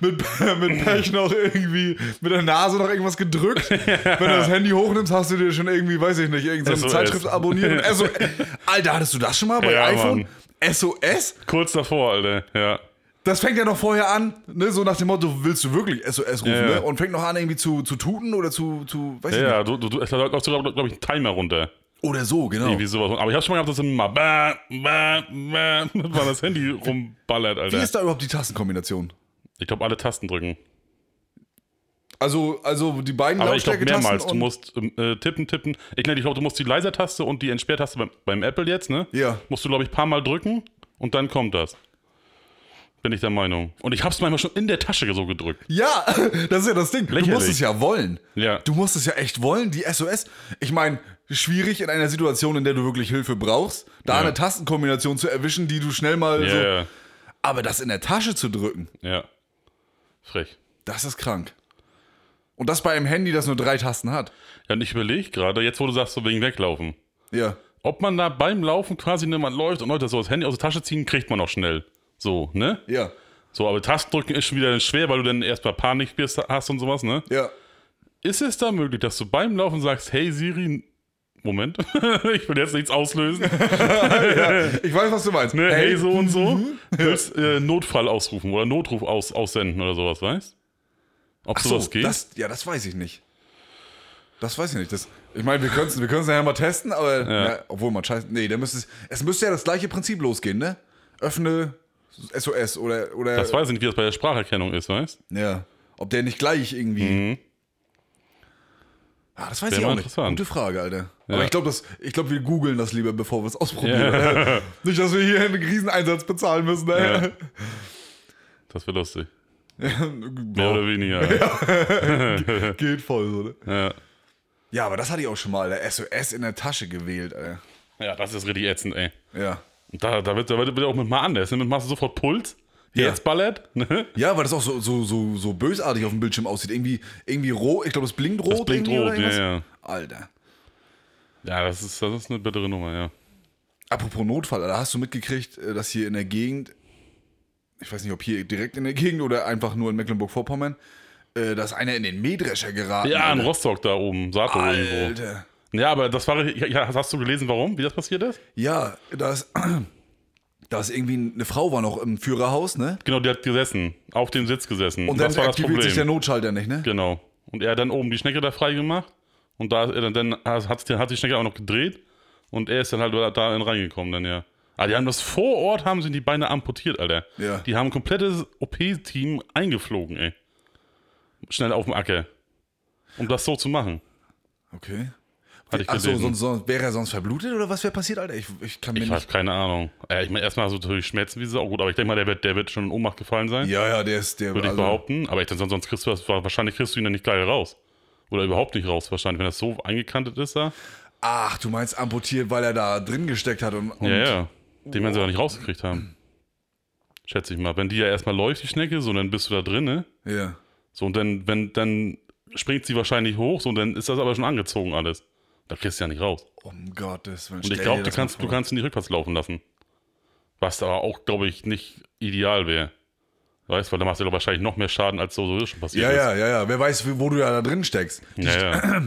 mit, mit Pech noch irgendwie, mit der Nase noch irgendwas gedrückt. Wenn du das Handy hochnimmst, hast du dir schon irgendwie, weiß ich nicht, irgendeine SOS. Zeitschrift abonniert. Und SOS. Alter, hattest du das schon mal bei Ja, iPhone? SOS? Kurz davor, Alter. Ja. Das fängt ja noch vorher an, ne, so nach dem Motto, willst du wirklich SOS rufen, Ja. ne? Und fängt noch an, irgendwie zu, zu tuten oder zu, zu weiß Ja, ich nicht. ja, du, du, du, es läuft sogar, glaube ich, ein Timer runter. Oder so, genau. Irgendwie sowas. Aber ich habe schon mal gehabt, dass dann mal bam, bam, bam, weil das Handy rumballert, Wie Alter. ist da überhaupt die Tastenkombination? Ich glaube, alle Tasten drücken. Also, also die beiden Aber ich glaube Lautstärketasten mehrmals. Du und- musst ähm, äh, tippen, tippen. Ich, nee, ich glaube, du musst die Leiser-Taste und die Entsperrtaste beim, beim Apple jetzt, ne? Ja. Musst du, glaube ich, ein paar Mal drücken und dann kommt das. Bin ich der Meinung. Und ich habe es manchmal schon in der Tasche so gedrückt. Ja, das ist ja das Ding. Du musst Lächerlich. es ja wollen. Ja. Du musst es ja echt wollen, die SOS. Ich meine, schwierig in einer Situation, in der du wirklich Hilfe brauchst, da Ja. eine Tastenkombination zu erwischen, die du schnell mal Ja, so. ja, Aber das in der Tasche zu drücken, ja. Frech. das ist krank. Und das bei einem Handy, das nur drei Tasten hat. Ja, und ich überlege gerade, jetzt wo du sagst, so wegen weglaufen. Ja. Ob man da beim Laufen quasi jemand läuft und Leute so das Handy aus der Tasche ziehen, kriegt man auch schnell. So, ne? Ja. So, aber Tastendrücken ist schon wieder schwer, weil du dann erstmal Panik bist- hast und sowas, ne? Ja. Ist es da möglich, dass du beim Laufen sagst, hey Siri, Moment, ich will jetzt nichts auslösen. Ich weiß, was du meinst. Ne, hey, so und so. Mhm. Willst äh, Notfall ausrufen oder Notruf aus, aussenden oder sowas, weißt? Ob Ach so, sowas geht? Das, ja, das weiß ich nicht. Das weiß ich nicht. Das, ich meine, wir können es wir können's nachher mal testen, aber na, obwohl man scheiße. Nee, da müsste es. Es müsste ja das gleiche Prinzip losgehen, ne? Öffne SOS oder. oder das weiß ich nicht, wie das bei der Spracherkennung ist, weißt? ja. Ob der nicht gleich irgendwie. Ah, das Mhm. weiß Wär ich mal auch nicht. interessant. Gute Frage, Alter. Aber Ja. ich glaube, glaub, wir googeln das lieber, bevor wir es ausprobieren. Nicht, dass wir hier einen Rieseneinsatz bezahlen müssen. Ne? Das wäre lustig. Mehr Ja. oder weniger. Ja. Geht voll so, ne? Ja. Ja, aber das hatte ich auch schon mal, der SOS in der Tasche gewählt, Alter. das ist richtig ätzend, ey. Ja. Und Da, da, wird, da wird wird auch mit mal anders. Ne? Mit machst du sofort Puls. Ja. Jetzt ballert. Ne? Ja, weil das auch so, so, so, so bösartig auf dem Bildschirm aussieht. Irgendwie, irgendwie rot, ich glaube, das blinkt rot. Das blinkt irgendwie oder rot, ja, ja. irgendwas. Alter. Ja, das ist, das ist eine bittere Nummer, ja. Apropos Notfall, Alter, hast du mitgekriegt, äh, dass hier in der Gegend, ich weiß nicht, ob hier direkt in der Gegend oder einfach nur in Mecklenburg-Vorpommern, äh, dass einer in den Mähdrescher geraten Ja, in Alter. Rostock da oben, Sato irgendwo. ne. Alter. Ja, aber das war, ja, ja, hast du gelesen, warum, wie das passiert ist? Ja, da ist, da ist irgendwie eine Frau war noch im Führerhaus, ne? Genau, die hat gesessen, auf dem Sitz gesessen. Und das dann war das aktiviert Problem. sich der Notschalter nicht, ne? genau. Und er hat dann oben die Schnecke da frei gemacht und da ist er dann, dann hat, hat die Schnecke auch noch gedreht und er ist dann halt da in reingekommen dann ja. Ah, die haben das vor Ort, haben sie die Beine amputiert, Alter. Ja. Die haben ein komplettes OP-Team eingeflogen, ey. Schnell auf dem Acker. Um das so zu machen. Okay. Hatte ich Achso, gelesen. sonst, sonst wäre er sonst verblutet oder was wäre passiert, Alter? Ich, ich kann mir Ich nicht. habe keine Ahnung. Ja, ich meine, erstmal so natürlich Schmerzen, wie sie auch gut, aber ich denke mal, der wird, der wird schon in Ohnmacht gefallen sein, Ja, ja, der ist der. würde ich also- behaupten. Aber ich denke, sonst, sonst kriegst du das, wahrscheinlich kriegst du ihn dann nicht gleich raus. Oder überhaupt nicht raus, wahrscheinlich, wenn das so eingekantet ist da. Ach, du meinst amputiert, weil er da drin gesteckt hat und. und Ja, ja. Den werden sie doch nicht rausgekriegt haben. Schätze ich mal. Wenn die ja erstmal läuft, die Schnecke, so, dann bist du da drin, ne? ja. So, und dann, wenn, dann springt sie wahrscheinlich hoch, so, und dann ist das aber schon angezogen alles. Da kriegst du ja nicht raus. Um Gottes Willen. Und ich stell glaube, dir du das kannst, mal du vor. kannst ihn nicht rückwärts laufen lassen. Was aber auch, glaube ich, nicht ideal wäre. Weißt du, weil da machst du doch wahrscheinlich noch mehr Schaden, als so, so schon passiert Ja, ja, ja, ja. Wer weiß, wo du ja da drin steckst. ist. Ja, ja.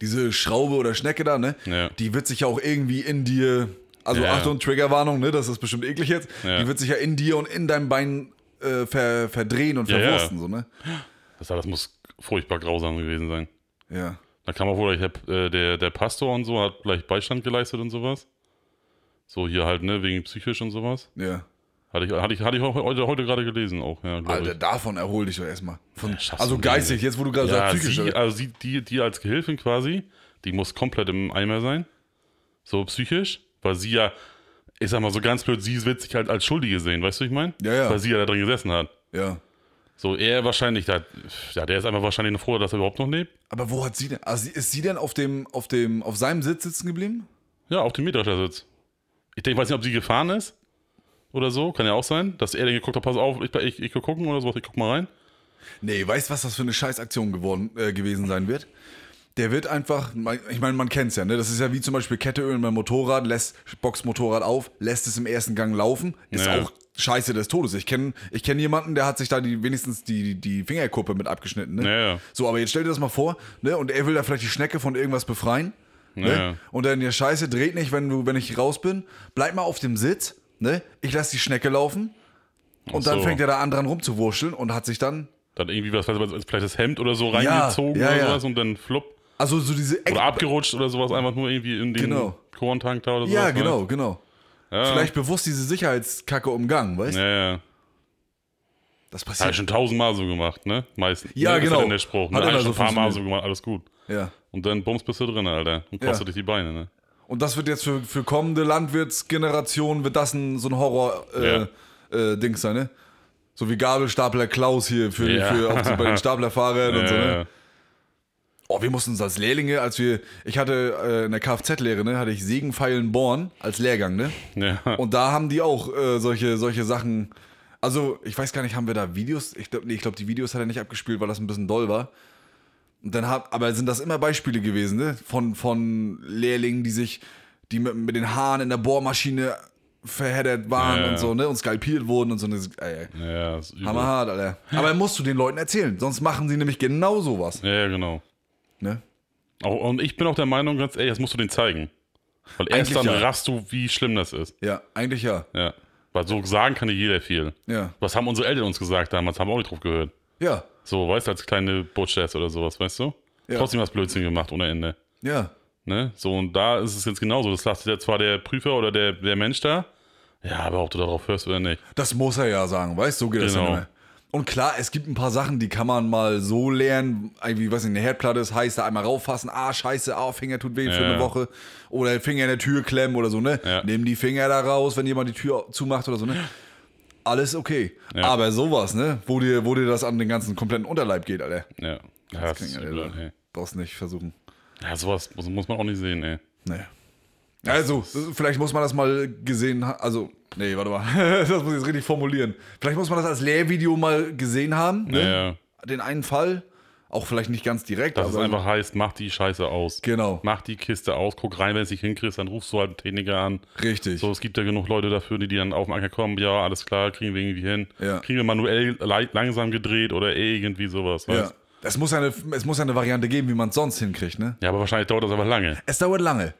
Diese Schraube oder Schnecke da, ne? Ja. Die wird sich ja auch irgendwie in dir. Also Ja. Achtung, Triggerwarnung, ne? Das ist bestimmt eklig jetzt. Ja. Die wird sich ja in dir und in deinem Bein äh, ver, verdrehen und Ja, ja. verwursten, so, ne? Das, das muss furchtbar grausam gewesen sein. Ja. Da kam auch wohl, ich hab, äh, der, der Pastor und so hat gleich Beistand geleistet und sowas. So hier halt, ne, wegen psychisch und sowas. Ja. Hatte ich, hatte ich, hatte ich auch heute, heute gerade gelesen auch, ja, glaub Alter, ich. davon erhol dich doch erstmal. Von, schaffst also du geistig, nicht. jetzt wo du gerade Ja, sagst, psychisch. äh, sie, oder? also sie, die, die als Gehilfin quasi, die muss komplett im Eimer sein. So psychisch, weil sie ja, ich sag mal so ganz blöd, sie wird sich halt als Schuldige sehen, weißt du, wie ich meine? Ja, ja. Weil sie ja da drin gesessen hat. ja. So, er wahrscheinlich, der, hat- ja, der ist einfach wahrscheinlich noch froh, dass er überhaupt noch lebt. Aber wo hat sie denn? Also sie- ist sie denn auf dem, auf dem, auf seinem Sitz sitzen geblieben? Ja, auf dem Mähdreschersitz. Ich denke, ich weiß nicht, ob sie gefahren ist oder so. Kann ja auch sein, dass er dann geguckt hat, pass auf, ich, ich, ich gucken oder sowas, ich guck mal rein. Nee, weißt du, was das für eine Scheißaktion geworden, äh, gewesen sein wird? Der wird einfach, mein- ich meine, man kennt's ja, ne? Das ist ja wie zum Beispiel Ketteöl beim Motorrad, lässt Boxmotorrad auf, lässt es im ersten Gang laufen, ist Ja. auch Scheiße des Todes. Ich kenne ich kenn jemanden, der hat sich da die, wenigstens die, die Fingerkuppe mit abgeschnitten, ne? Ja, ja. So, aber jetzt stell dir das mal vor, ne? Und er will da vielleicht die Schnecke von irgendwas befreien. Ne? Ja. Und dann, ja, Scheiße, dreht nicht, wenn, du, wenn ich raus bin. Bleib mal auf dem Sitz, ne? Ich lass die Schnecke laufen. Und Ach dann so. fängt er da an dran rumzuwurscheln und hat sich dann Dann irgendwie was, was, was- vielleicht das Hemd oder so reingezogen ja, oder ja. sowas und dann flupp. Also so diese Eck Oder abgerutscht oder sowas, einfach nur irgendwie in den Genau. Korntank da oder sowas. ne? Ja, weißt? genau, genau. Ja. Vielleicht bewusst diese Sicherheitskacke umgangen, weißt du? Ja, ja. Das Hat er passiert. schon tausendmal so gemacht, ne? Meistens. Ja, ne? Ist genau. ja dann der Spruch. Ne? Hat Hat immer er schon so ein paar Mal funktioniert. so gemacht, alles gut. Ja. Und dann bums bist du drin, Alter. Und kostet Ja. dich die Beine, ne? Und das wird jetzt für, für kommende Landwirtsgenerationen wird das ein, so ein Horror-Dings äh, Dings sein, ne? So wie Gabelstapler Klaus hier für, Ja. für auf so bei den Staplerfahrern und so, Ja, ne? Oh, wir mussten uns als Lehrlinge, als wir, ich hatte äh, in der Kfz-Lehre, ne, hatte ich Sägenfeilen Born als Lehrgang, ne? ja. ja. Und da haben die auch äh, solche, solche Sachen. Also, ich weiß gar nicht, haben wir da Videos? Ich glaube, nee, ich glaub, die Videos hat er nicht abgespielt, weil das ein bisschen doll war. Und dann hab, aber sind das immer Beispiele gewesen, ne? Von, von Lehrlingen, die sich, die mit, mit den Haaren in der Bohrmaschine verheddert waren Ja, ja. und so, ne? Und skalpiert wurden und so. Ey, ja, ist übel. hammerhart, Alter. Aber musst du den Leuten erzählen, sonst machen sie nämlich genau sowas, Ja, ja, genau. ne? Auch, und ich bin auch der Meinung, ganz ehrlich, das musst du denen zeigen. Weil erst Eigentlich dann ja. rast du, wie schlimm das ist. Ja, eigentlich ja. Ja. Weil so sagen kann dir jeder viel. Ja. Was haben unsere Eltern uns gesagt damals? Haben wir auch nicht drauf gehört. Ja. So, weißt du, als kleine Butchers oder sowas, weißt du? Ja. Trotzdem hast du Blödsinn gemacht ohne Ende. Ja. Ne? So, und da ist es jetzt genauso. Das lastet ja zwar der Prüfer oder der, der Mensch da. Ja, aber ob du darauf hörst oder nicht. Das muss er ja sagen, weißt du? So geht das ja Genau. nicht mehr. Und klar, es gibt ein paar Sachen, die kann man mal so lernen. Irgendwie, weiß nicht, eine Herdplatte ist heiß, da einmal rauffassen. Ah, scheiße, ah, Finger tut weh für Ja. eine Woche. Oder Finger in der Tür klemmen oder so, ne? Ja. Nimm die Finger da raus, wenn jemand die Tür zumacht oder so, ne? Alles okay. Ja. Aber sowas, ne? Wo dir, wo dir das an den ganzen kompletten Unterleib geht, Alter. Ja. Ja, das ist Finger, übel, Alter. ey. Brauchst nicht versuchen. ja sowas muss, muss man auch nicht sehen, ey. Nee. Also, vielleicht muss man das mal gesehen haben. Also, nee, warte mal. Das muss ich jetzt richtig formulieren. Vielleicht muss man das als Lehrvideo mal gesehen haben. Ne? Naja. Den einen Fall. Auch vielleicht nicht ganz direkt. Dass es aber- Also einfach heißt, mach die Scheiße aus. Genau. Mach die Kiste aus, guck rein, wenn es nicht hinkriegst, dann rufst du halt einen Techniker an. Richtig. So, es gibt ja genug Leute dafür, die, die dann auf den Anker kommen, ja, alles klar, kriegen wir irgendwie hin. Ja. Kriegen wir manuell lei- langsam gedreht oder irgendwie sowas, ja. weißt Es muss ja eine, es muss ja eine Variante geben, wie man es sonst hinkriegt, ne? ja, aber wahrscheinlich dauert das aber lange. Es dauert lange. Dauert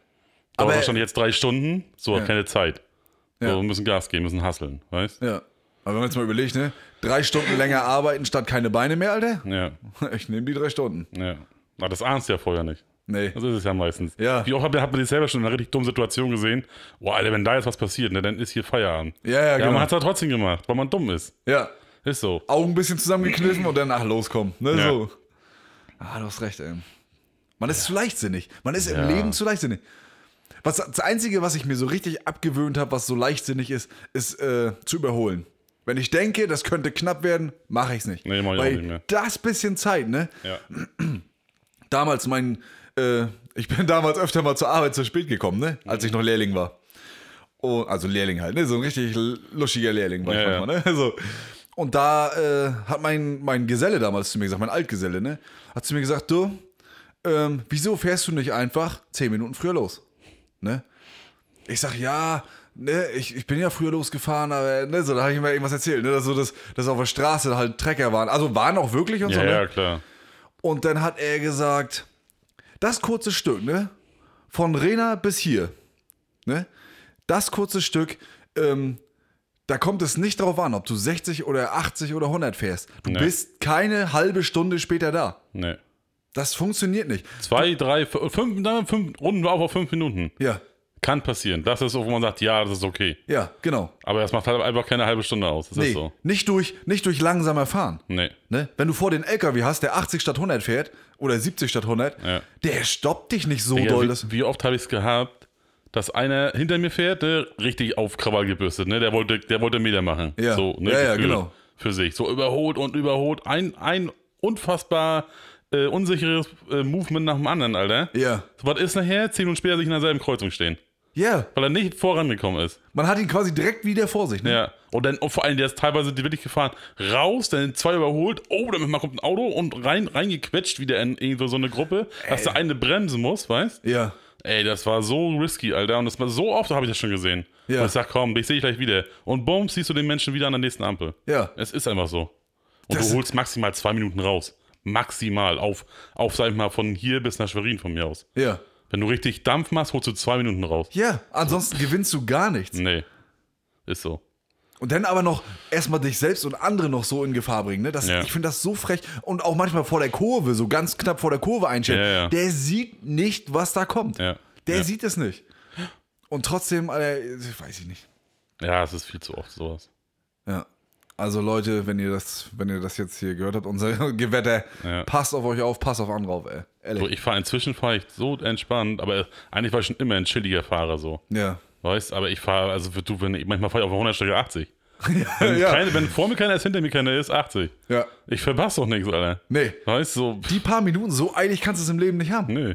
Aber- wahrscheinlich jetzt drei Stunden, so, Ja. keine Zeit. So, Ja. wir müssen Gas geben, müssen hasseln, weißt Ja. Aber wenn man jetzt mal überlegt, ne? Drei Stunden länger arbeiten statt keine Beine mehr, Alter? Ja, Ich nehme die drei Stunden. ja. Aber das ahnst du ja vorher nicht. Nee. Das ist es ja meistens. Ja. Wie oft hat, hat man dich selber schon in einer richtig dummen Situation gesehen? Boah, Alter, wenn da jetzt was passiert, ne, dann ist hier Feierabend. Ja, ja, Ja, genau. man hat es halt trotzdem gemacht, weil man dumm ist. Ja. Ist so. Augen ein bisschen zusammengekniffen und dann, ach, loskommen. Ne, Ja. so. Ah, du hast recht, ey. Man ist zu leichtsinnig. Man ist Ja. im Leben zu leichtsinnig. Was, das Einzige, was ich mir so richtig abgewöhnt habe, was so leichtsinnig ist, ist äh, zu überholen. Wenn ich denke, das könnte knapp werden, mache ich es nicht. Nee, mach ich auch Weil nicht mehr. das bisschen Zeit, ne? Ja. damals mein, äh, ich bin damals öfter mal zur Arbeit zu spät gekommen, ne? Als ich noch Lehrling war. Und, also Lehrling halt, ne? So ein richtig l- luschiger Lehrling war ich Ja, manchmal, ne? So. Und da äh, hat mein, mein Geselle damals zu mir gesagt, mein Altgeselle, ne? Hat zu mir gesagt, du, ähm, wieso fährst du nicht einfach zehn Minuten früher los? Ne? Ich sag, ja, ne, ich, ich bin ja früher losgefahren, aber ne, so, da habe ich mir irgendwas erzählt, ne? Dass, so, dass, dass auf der Straße halt Trecker waren. Also waren auch wirklich und so, Ja, ne? ja, klar. Und dann hat er gesagt, das kurze Stück, ne? Von Rena bis hier, ne? Das kurze Stück, ähm, da kommt es nicht drauf an, ob du 60 oder 80 oder 100 fährst. Du Nee. bist keine halbe Stunde später da. Nee. Das funktioniert nicht. Zwei, drei, f- fünf, na, fünf, runden wir auf auf fünf Minuten. Ja, Kann passieren. Das ist so, wo man sagt, ja, das ist okay. ja, genau. Aber das macht halt einfach keine halbe Stunde aus. Das Nee, ist so. nicht durch, nicht durch langsamer Fahren. Nee. Ne? Wenn du vor den LKW hast, der 80 statt 100 fährt oder 70 statt 100, Ja. der stoppt dich nicht so Digga, doll. dass- wie, wie oft habe ich es gehabt, dass einer hinter mir fährt, ne, richtig auf Krawall gebürstet, ne? Der wollte, der wollte Meter machen. Ja. So, ne, Ja, ja, Gefühl genau. Für sich. So überholt und überholt. Ein, ein unfassbar äh, unsicheres äh, Movement nach dem anderen, Alter. Ja. So, was ist nachher? Zehn Minuten später sich in derselben Kreuzung stehen. Ja, Weil er nicht vorangekommen ist. man hat ihn quasi direkt wieder vor sich. Ne? Ja. Und dann, und vor allem, der ist teilweise wirklich gefahren. Raus, dann zwei überholt. Oh, dann kommt ein Auto und rein, reingequetscht wieder in irgendwo so eine Gruppe, dass der eine bremsen muss, weißt? Ja. Ey, das war so risky, Alter. Und das war so oft habe ich das schon gesehen. Ja. Und ich sag, komm, dich sehe ich gleich wieder. Und bumm, siehst du den Menschen wieder an der nächsten Ampel. Ja. Es ist einfach so. Und Das- du holst maximal zwei Minuten raus. Maximal. Auf, auf, sag ich mal, von hier bis nach Schwerin von mir aus. Ja. Wenn du richtig Dampf machst, holst du zwei Minuten raus. Ja, ansonsten gewinnst du gar nichts. Nee. Ist so. Und dann aber noch erstmal dich selbst und andere noch so in Gefahr bringen. Ne? Das, Ja. Ich finde das so frech. Und auch manchmal vor der Kurve, so ganz knapp vor der Kurve einstellen. Ja, ja. Der sieht nicht, was da kommt. Ja. Der ja. sieht es nicht. Und trotzdem, Alter, weiß ich nicht. ja, es ist viel zu oft sowas. Ja. Also Leute, wenn ihr das, wenn ihr das jetzt hier gehört habt, unser Gewetter, Ja. passt auf euch auf, passt auf andere auf, ey. Ehrlich. So, ich fahre inzwischen fahre ich so entspannt, aber eigentlich war ich schon immer ein chilliger Fahrer so. ja. Weißt, aber ich fahre, also du, wenn, manchmal fahre ich auf 100 Strecke 80. ja, ja. Keine, wenn vor mir keiner ist, hinter mir keiner ist, 80. ja. Ich verpasse doch nichts, Alter. Nee. Weißt du, so, pff, Die paar Minuten, so eilig kannst du es im Leben nicht haben. nee.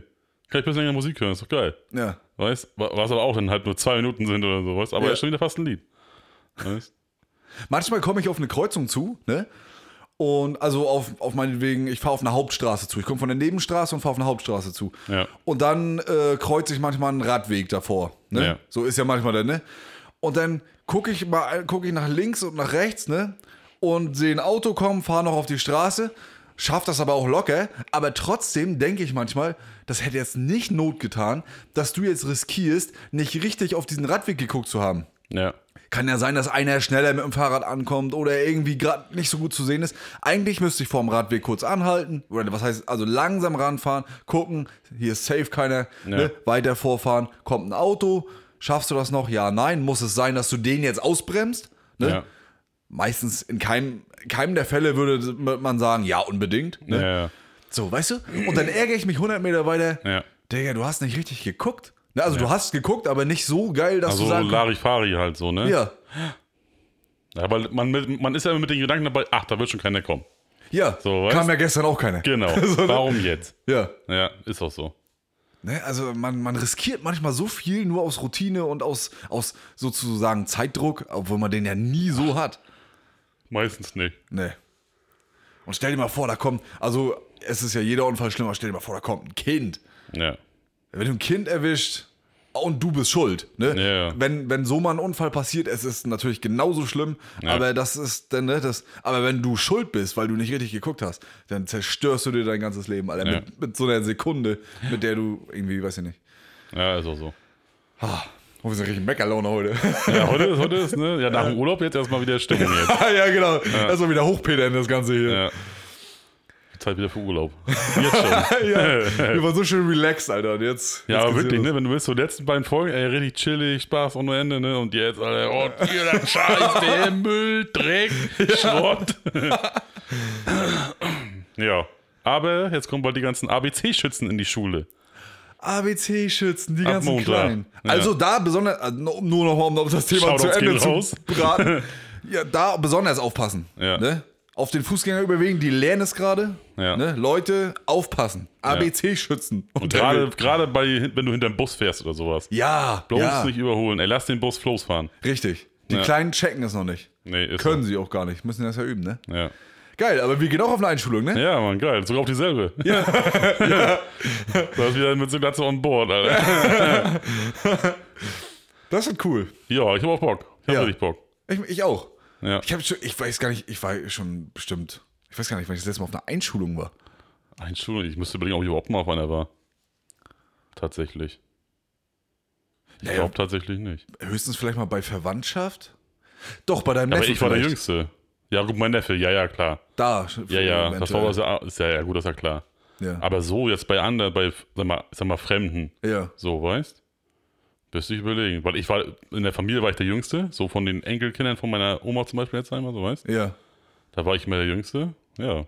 Kann ich bisschen länger Musik hören, ist doch geil. Ja. Weißt, wa- was aber auch dann halt nur zwei Minuten sind oder so, weißt, aber Ja. ist schon wieder fast ein Lied. Weißt? Manchmal komme ich auf eine Kreuzung zu, ne? Und also auf, auf meinetwegen, ich fahre auf eine Hauptstraße zu. Ich komme von der Nebenstraße und fahre auf eine Hauptstraße zu. Ja. Und dann äh, kreuze ich manchmal einen Radweg davor. Ne? Ja. So ist ja manchmal dann, ne? Und dann gucke ich mal, gucke ich nach links und nach rechts, ne? Und sehe ein Auto kommen, fahre noch auf die Straße, schafft das aber auch locker. Aber trotzdem denke ich manchmal, das hätte jetzt nicht Not getan, dass du jetzt riskierst, nicht richtig auf diesen Radweg geguckt zu haben. Ja. Kann ja sein, dass einer schneller mit dem Fahrrad ankommt oder irgendwie gerade nicht so gut zu sehen ist. Eigentlich müsste ich vorm Radweg kurz anhalten oder was heißt, also langsam ranfahren, gucken, hier ist safe keiner, ne? weiter vorfahren, kommt ein Auto, schaffst du das noch? Ja, nein, muss es sein, dass du den jetzt ausbremst? Ne? Ja. Meistens in keinem, keinem der Fälle würde man sagen, ja, unbedingt. Ne? Ja. So, weißt du? Und dann ärgere ich mich 100 Meter weiter. Ja. Digga, du hast nicht richtig geguckt. Na, also du hast geguckt, aber nicht so geil, dass Also du sagen kannst, Larifari halt so, ne? ja, Aber man, mit- man ist ja immer mit den Gedanken dabei, ach, da wird schon keiner kommen. ja, So, weißt kam du? ja gestern auch keiner. Genau. So, ne? Warum jetzt? Ja, Ja, ist auch so. ne, also man, man riskiert manchmal so viel nur aus Routine und aus, aus sozusagen Zeitdruck, obwohl man den ja nie so hat. Meistens nicht. Ne. Und stell dir mal vor, da kommt, also es ist ja jeder Unfall schlimmer, stell dir mal vor, da kommt ein Kind. Ja. Wenn du ein Kind erwischt und du bist schuld, ne? Ja, ja. Wenn, wenn so mal ein Unfall passiert, es ist natürlich genauso schlimm, aber das ist dann, ne, das, aber wenn du schuld bist, weil du nicht richtig geguckt hast, dann zerstörst du dir dein ganzes Leben, Alter, Ja. mit, mit so einer Sekunde, mit der du irgendwie, weiß ich nicht. Ja, ist auch so. Ah, oh, wir sind richtig Meckerlaune heute. Ja, heute ist, heute ist, ne? Ja, nach dem Urlaub jetzt erstmal wieder Stimmung jetzt. ja, genau. Erstmal wieder hochpedern das Ganze hier. Ja. Zeit wieder für Urlaub. Jetzt schon. Wir waren so schön relaxed, Alter. Und jetzt. Ja, jetzt aber geht's wirklich, wieder ne? Wenn du willst, so die letzten beiden Folgen, ey, richtig chillig, Spaß ohne Ende, ne? Und jetzt, Alter, oh, hier, der Scheiß, der Müll, Dreck, Schrott. ja. Aber jetzt kommen bald die ganzen ABC-Schützen in die Schule. los. ABC-Schützen, die Ab ganzen Montag. Kleinen. Ja. Also da besonders, also nur nur noch mal, um auf das Thema Shoutouts zu Ende gehen zu raus. braten. ja, da besonders aufpassen. Ja. Ne? Auf den Fußgänger überwegen, die lernen es gerade. Ja. Ne? Leute, aufpassen. ABC-Schützen. Und gerade, gerade bei, wenn du hinterm Bus fährst oder sowas. Ja, Bloß ja nicht überholen. Ey, lass den Bus Flows fahren. richtig. Die Ja. Kleinen checken es noch nicht. Nee, ist Können sie auch gar nicht. Müssen das ja üben, ne? So. Ja. Geil, aber wir gehen auch auf eine Einschulung, ne? ja, Mann, geil. Sogar auf dieselbe. Ja. Du hast wieder mit so Glatze on board, Alter. Das wird cool. Ja, ich hab auch Bock. Ich hab Ja. wirklich Bock. Ich, ich auch. Ja. Ich habe schon, ich weiß gar nicht, ich war schon bestimmt, ich weiß gar nicht, wann ich das letzte Mal auf einer Einschulung war. Einschulung, ich müsste überlegen, ob ich überhaupt mal auf einer war. Tatsächlich. Ich Naja. glaube tatsächlich nicht. Höchstens vielleicht mal bei Verwandtschaft. Doch, bei deinem Aber Neffen ich war der vielleicht. Jüngste. Ja, gut, mein Neffe, ja, ja, klar. Da. Ja, ja, das war eventuell. was, ist ja, ja, gut, das ist ja klar. Ja. Aber so jetzt bei anderen, bei, sag mal, sag mal Fremden, ja. so, weißt? Bist du überlegen. Weil ich war, in der Familie war ich der Jüngste, so von den Enkelkindern von meiner Oma zum Beispiel jetzt einmal, so, weißt? Ja. Da war ich immer der Jüngste, ja.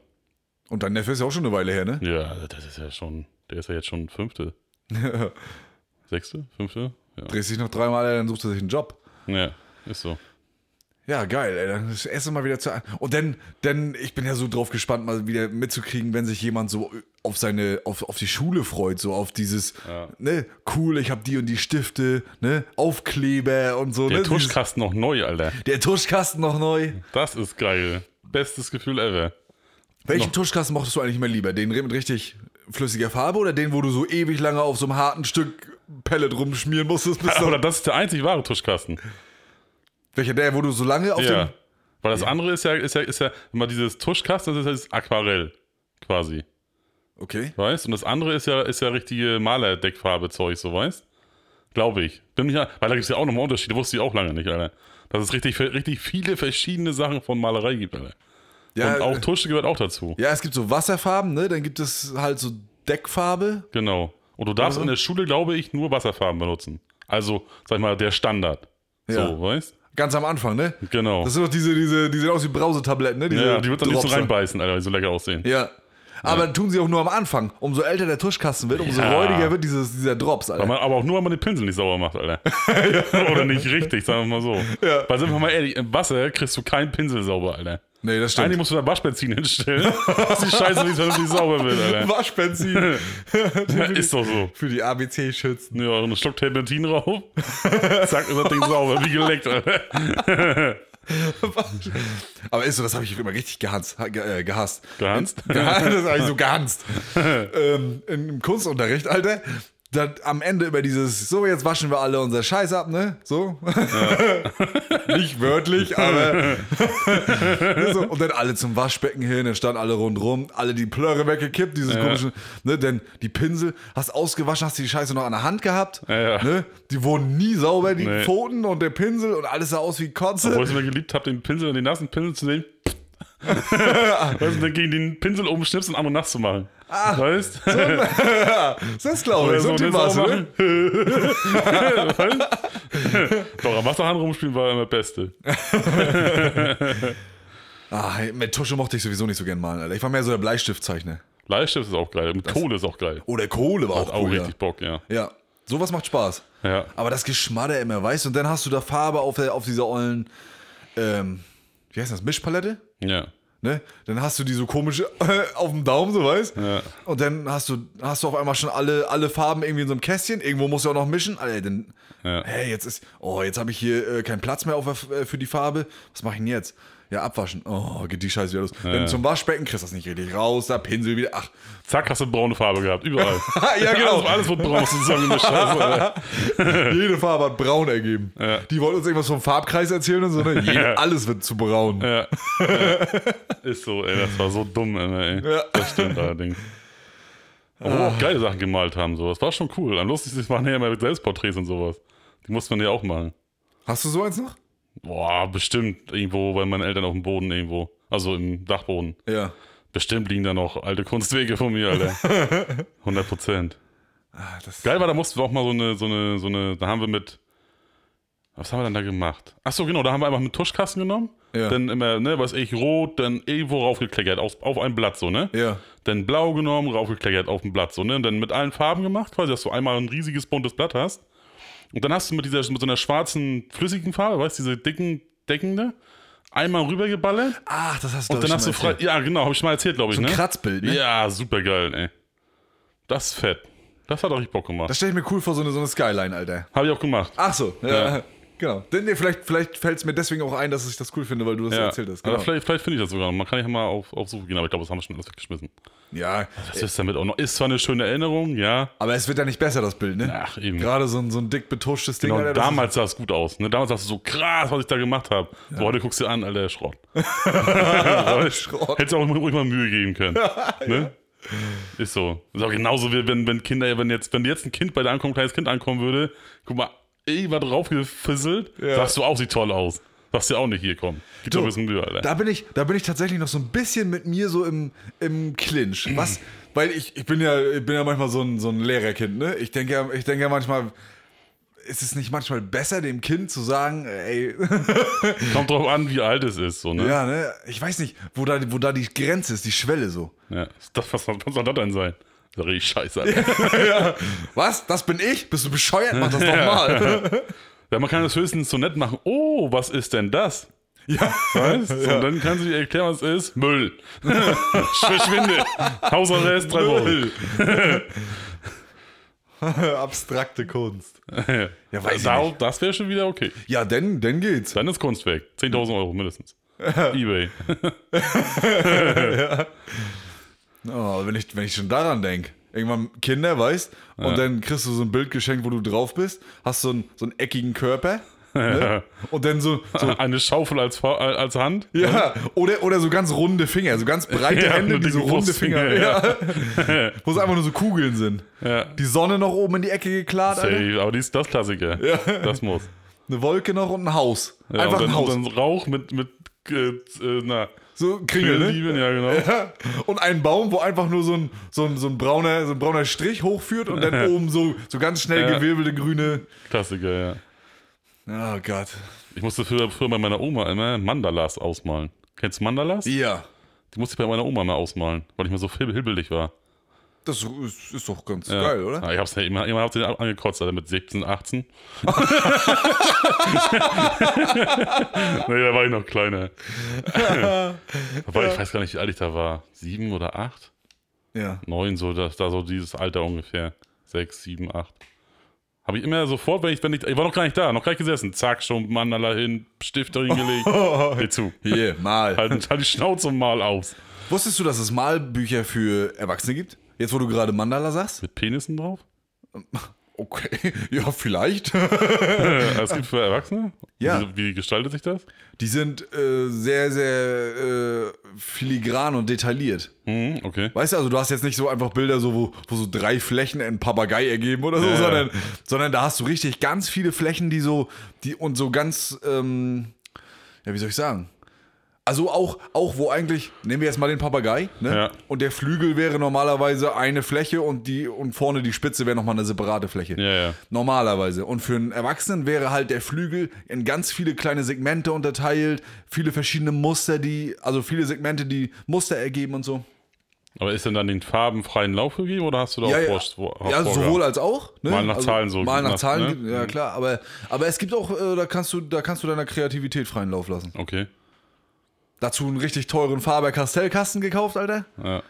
Und dein Neffe ist ja auch schon eine Weile her, ne? Ja, das ist ja schon, der ist ja jetzt schon Fünfte, Sechste, Fünfte, ja. Drehst dich noch dreimal, ey, dann suchst du sich einen Job. Ja, ist so. Ja, geil, ey. Dann das erste Mal wieder zu. Und dann, dann, ich bin ja so drauf gespannt, mal wieder mitzukriegen, wenn sich jemand so auf seine, auf, auf die Schule freut, so auf dieses, ne, cool, ich hab die und die Stifte, ne, Aufkleber und so, Der ne? dieses- Tuschkasten noch neu, Alter. Der Tuschkasten noch neu. Das ist geil. Bestes Gefühl ever. Welchen Noch. Tuschkasten mochtest du eigentlich mehr lieber? Den mit richtig flüssiger Farbe oder den, wo du so ewig lange auf so einem harten Stück Pellet rumschmieren musstest? Bis Oder dann, das ist der einzig wahre Tuschkasten. welcher der, wo du so lange auf Ja. dem. Weil das andere ist ja, ist ja, ist ja immer dieses Tuschkasten, das ist ja dieses Aquarell. Quasi. Okay. Weißt? Und das andere ist ja, ist ja richtige Malerdeckfarbe-Zeug, so weißt? Glaube ich. Bin mich ja, weil da gibt es ja auch nochmal Unterschiede, wusste ich auch lange nicht, Alter. Dass es richtig, richtig viele verschiedene Sachen von Malerei gibt, Alter. Ja, Und auch äh, Tusche gehört auch dazu. ja, es gibt so Wasserfarben, ne? Dann gibt es halt so Deckfarbe. Genau. Und du Also? darfst in der Schule, glaube ich, nur Wasserfarben benutzen. Also, sag ich mal, der Standard. Ja. So, weißt? Ganz am Anfang, ne? Genau. Das sind doch diese, diese, die sehen aus wie Brausetabletten, ne? Diese Ja, die wird am liebsten Dropser. reinbeißen, Alter, weil die so lecker aussehen. Ja. Aber tun sie auch nur am Anfang. Umso älter der Tuschkasten wird, umso Ja. räudiger wird dieses, dieser Drops, Weil Alter. man, aber auch nur, weil man den Pinsel nicht sauber macht, Alter. Oder nicht richtig, sagen wir mal so. Weil sind wir mal ehrlich, im Wasser kriegst du keinen Pinsel sauber, Alter. Nee, das Eigentlich musst du da Waschbenzin hinstellen, dass die Scheiße nicht vernünftig sauber wird, Alter. Waschbenzin Ja, ist doch so. für die ABC-Schützen. Ja, einen Schluck Terpentin drauf, zack, ist das Ding sauber, wie geleckt, Alter. Aber ist so, das habe ich immer richtig gehanzt, ha- ge- äh, gehasst. Gehanzt? Gehanzt, das habe ich so gehanzt. ähm, Im Kunstunterricht, Alter, dann am Ende über dieses, so jetzt waschen wir alle unser Scheiß ab, ne? So. Nicht wörtlich, aber. ne, so. Und dann alle zum Waschbecken hin, dann standen alle rundrum, alle die Plöre weggekippt, dieses komische, ne? Denn die Pinsel, hast ausgewaschen, hast die Scheiße noch an der Hand gehabt, Ja, ja. ne? Die wurden nie sauber, die Nee. Pfoten und der Pinsel und alles sah aus wie Kotze. Obwohl ich es mir geliebt habe, den Pinsel und den nassen Pinsel zu nehmen. weißt du, dann gegen den Pinsel oben schnippst und einmal nass zu machen. Ah, weißt du? Das ist, glaube ich, so ein Typ warst du, ne? Doch, am Wasserhahn rumspielen war immer das Beste. Ah, mit Tusche mochte ich sowieso nicht so gern malen, Alter. Ich war mehr so der Bleistiftzeichner. Bleistift ist auch geil und Kohle ist auch geil. Oder Kohle war Hat auch, auch cool, Oh, ja. richtig Bock, ja. Ja, sowas macht Spaß. Ja. Aber das Geschmadder immer, weißt du? Und dann hast du da Farbe auf, der, auf dieser ollen, ähm, wie heißt das, Mischpalette? Ja. Ne? Dann hast du die so komisch auf dem Daumen, so weißt Ja. Und dann hast du, hast du auf einmal schon alle, alle Farben irgendwie in so einem Kästchen. Irgendwo musst du auch noch mischen. Alter, dann, Ja. hey, jetzt ist, oh, jetzt habe ich hier äh, keinen Platz mehr auf, der- äh, für die Farbe. Was mache ich denn jetzt? Ja, abwaschen. Oh, geht die Scheiße wieder los. Dann zum Waschbecken kriegst du das nicht richtig raus. Da Pinsel wieder. Ach, Zack, hast du braune Farbe gehabt, überall. Ja, genau. Alles, alles wird braun zusammengemischt. Scheiße. Jede Farbe hat braun ergeben. Die wollten uns irgendwas vom Farbkreis erzählen und so. Ne? Jede, Ja. Alles wird zu braun. Ja. ja. Ist so, ey, das war so dumm, immer, ey. Ja. Das stimmt allerdings. Obwohl wir auch geile Sachen gemalt haben, so. Das war schon cool. Am lustigsten waren ja immer Selbstporträts und sowas. Die musste man ja auch malen. Hast du so eins noch? Boah, bestimmt irgendwo bei meinen Eltern auf dem Boden irgendwo. Also im Dachboden. Ja. Bestimmt liegen da noch alte Kunstwege von mir, Alter. 100 Prozent. Ah, das Geil war, da mussten wir auch mal so eine, so eine, so eine, da haben wir mit, was haben wir denn da gemacht? Achso, genau, da haben wir einfach mit Tuschkasten genommen. Ja. Dann immer, ne, was ich, rot, dann irgendwo raufgekleckert, auf, auf ein Blatt so, ne? Ja. Dann blau genommen, raufgekleckert auf ein Blatt so, ne? Und dann mit allen Farben gemacht, quasi, dass du einmal ein riesiges buntes Blatt hast. Und dann hast du mit dieser, mit so einer schwarzen, flüssigen Farbe, weißt du, diese dicken, deckende, einmal rübergeballert. Ach, das hast du Und dann hast du frei, ja, genau, habe ich mal erzählt, glaube ich, So ein ne? Kratzbild, ne? Ja, super geil, ey. Das ist fett. Das hat auch richtig Bock gemacht. Das Ah, stelle ich mir cool vor, so eine, so eine Skyline, Alter. Habe ich auch gemacht. Ach so. Ja. Ja. Genau. Denn, nee, vielleicht vielleicht fällt es mir deswegen auch ein, dass ich das cool finde, weil du das Ja. erzählt hast. Aber Genau. vielleicht vielleicht finde ich das sogar noch. Man kann ja mal auf, auf Suche gehen, aber ich glaube, das haben wir schon alles weggeschmissen. Ja, Das ist damit auch noch. Ist zwar eine schöne Erinnerung, ja. aber es wird ja nicht besser, das Bild, ne? Ach, eben. Gerade so ein, so ein dick betuschtes Ding, Genau, Alter. das ist- damals sah es gut aus. Ne? Damals sagst du so, krass, was ich da gemacht habe. So, heute guckst du dir an, Alter, Schrott. Schrott. Hättest du auch mal- ruhig mal Mühe geben können. ne? Ist so. Ist auch genauso wie wenn, wenn Kinder, wenn jetzt, wenn jetzt ein Kind bei dir ankommt, ein kleines Kind ankommen würde, guck mal, ey, war draufgefisselt, sagst du auch, sieht toll aus. Sagst du auch nicht, hier komm. Gib doch ein bisschen Mühe, Alter. Da bin ich, da bin ich tatsächlich noch so ein bisschen mit mir so im, im Clinch. Was? Weil ich, ich bin ja, ich bin ja manchmal so ein, so ein Lehrerkind, ne? Ich denke ja, ich denke ja manchmal, ist es nicht manchmal besser, dem Kind zu sagen, ey, Kommt drauf an, wie alt es ist, so, ne? ja, ne? Ich weiß nicht, wo da, wo da die Grenze ist, die Schwelle so. Ja, das, was, was soll das denn sein? Das ist richtig scheiße. Alter. Was? Das bin ich? Bist du bescheuert? Mach das doch mal. Ja, man kann das höchstens so nett machen. Oh, was ist denn das? ja. Weißt? Und dann kannst du dir erklären, was es ist. Müll. Verschwinde. Hausarrest, drei Wochen. Abstrakte Kunst. Ja, weiß ich Da, nicht. das wäre schon wieder okay. Ja, denn, denn geht's. Dann ist Kunst weg. 10.000 Euro mindestens. Ebay. Oh, wenn ich, wenn ich schon daran denke. Irgendwann Kinder, weißt und dann kriegst du so ein Bild geschenkt, wo du drauf bist, hast so einen, so einen eckigen Körper ne? und dann so, so Eine Schaufel als, Fa- als Hand. ja, oder, oder so ganz runde Finger, so ganz breite Ja, Hände, nur die so dicke runde Finger, Brustfinger, ja. wo es einfach nur so Kugeln sind. Ja. Die Sonne noch oben in die Ecke geklärt, Alter. Safe. Aber die ist das Klassiker. Das muss. eine Wolke noch und ein Haus. Ja, einfach und dann, ein Haus. und dann Rauch mit, mit äh, äh, na, so Kringel, ne? Lieben, ja genau. Ja, und einen Baum, wo einfach nur so ein, so ein, so ein, brauner, so ein brauner Strich hochführt und dann oben so, so ganz schnell Ja. gewirbelte grüne. Klassiker, ja. Oh Gott. Ich musste früher, früher bei meiner Oma immer Mandalas ausmalen. Kennst du Mandalas? Die Ja. musste ich bei meiner Oma mal ausmalen, weil ich mal so hib- hibbelig war. Das ist, ist doch ganz Ja. geil, oder? Ja, ich hab's ja immer, immer hab's ja angekotzt, Alter, mit 17, 18. nee, da war ich noch kleiner. Wobei, ich weiß gar nicht, wie alt ich da war. Sieben oder acht? Ja. Neun, so, das, da so dieses Alter ungefähr. Sechs, sieben, acht. Habe ich immer sofort, wenn ich, wenn ich, ich war noch gar nicht da, noch gar nicht gesessen. Zack, schon Mandala hin, Stifter hingelegt. Oh. Geh zu. Hier, mal. Halt, halt die Schnauze und mal aus. Wusstest du, dass es Malbücher für Erwachsene gibt? Jetzt, wo du gerade Mandala sagst? Mit Penissen drauf? Okay, ja, vielleicht. Äh, es gibt für Erwachsene? Ja. Wie, wie gestaltet sich das? Die sind äh, sehr, sehr äh, filigran und detailliert. Hm, okay. Weißt du, also du hast jetzt nicht so einfach Bilder, so, wo, wo so drei Flächen ein Papagei ergeben oder so, sondern, sondern da hast du richtig ganz viele Flächen, die so, die und so ganz, ähm, ja, wie soll ich sagen? Also auch, auch wo eigentlich, nehmen wir jetzt mal den Papagei, ne? Ja. Und der Flügel wäre normalerweise eine Fläche und die und vorne die Spitze wäre nochmal eine separate Fläche. Ja, ja. Normalerweise. Und für einen Erwachsenen wäre halt der Flügel in ganz viele kleine Segmente unterteilt, viele verschiedene Muster, die, also viele Segmente, die Muster ergeben und so. Aber ist denn dann den Farben freien Lauf gegeben oder hast du da Ja, auch ja. Vorst- ja Vorgaben? sowohl als auch. Ne? Mal nach Zahlen so, Mal nach, nach- Zahlen, ne? gibt- ja klar. Aber, aber es gibt auch, äh, da kannst du, da kannst du deiner Kreativität freien Lauf lassen. Okay. Dazu einen richtig teuren Faber Castell Kasten gekauft, Alter. Ja.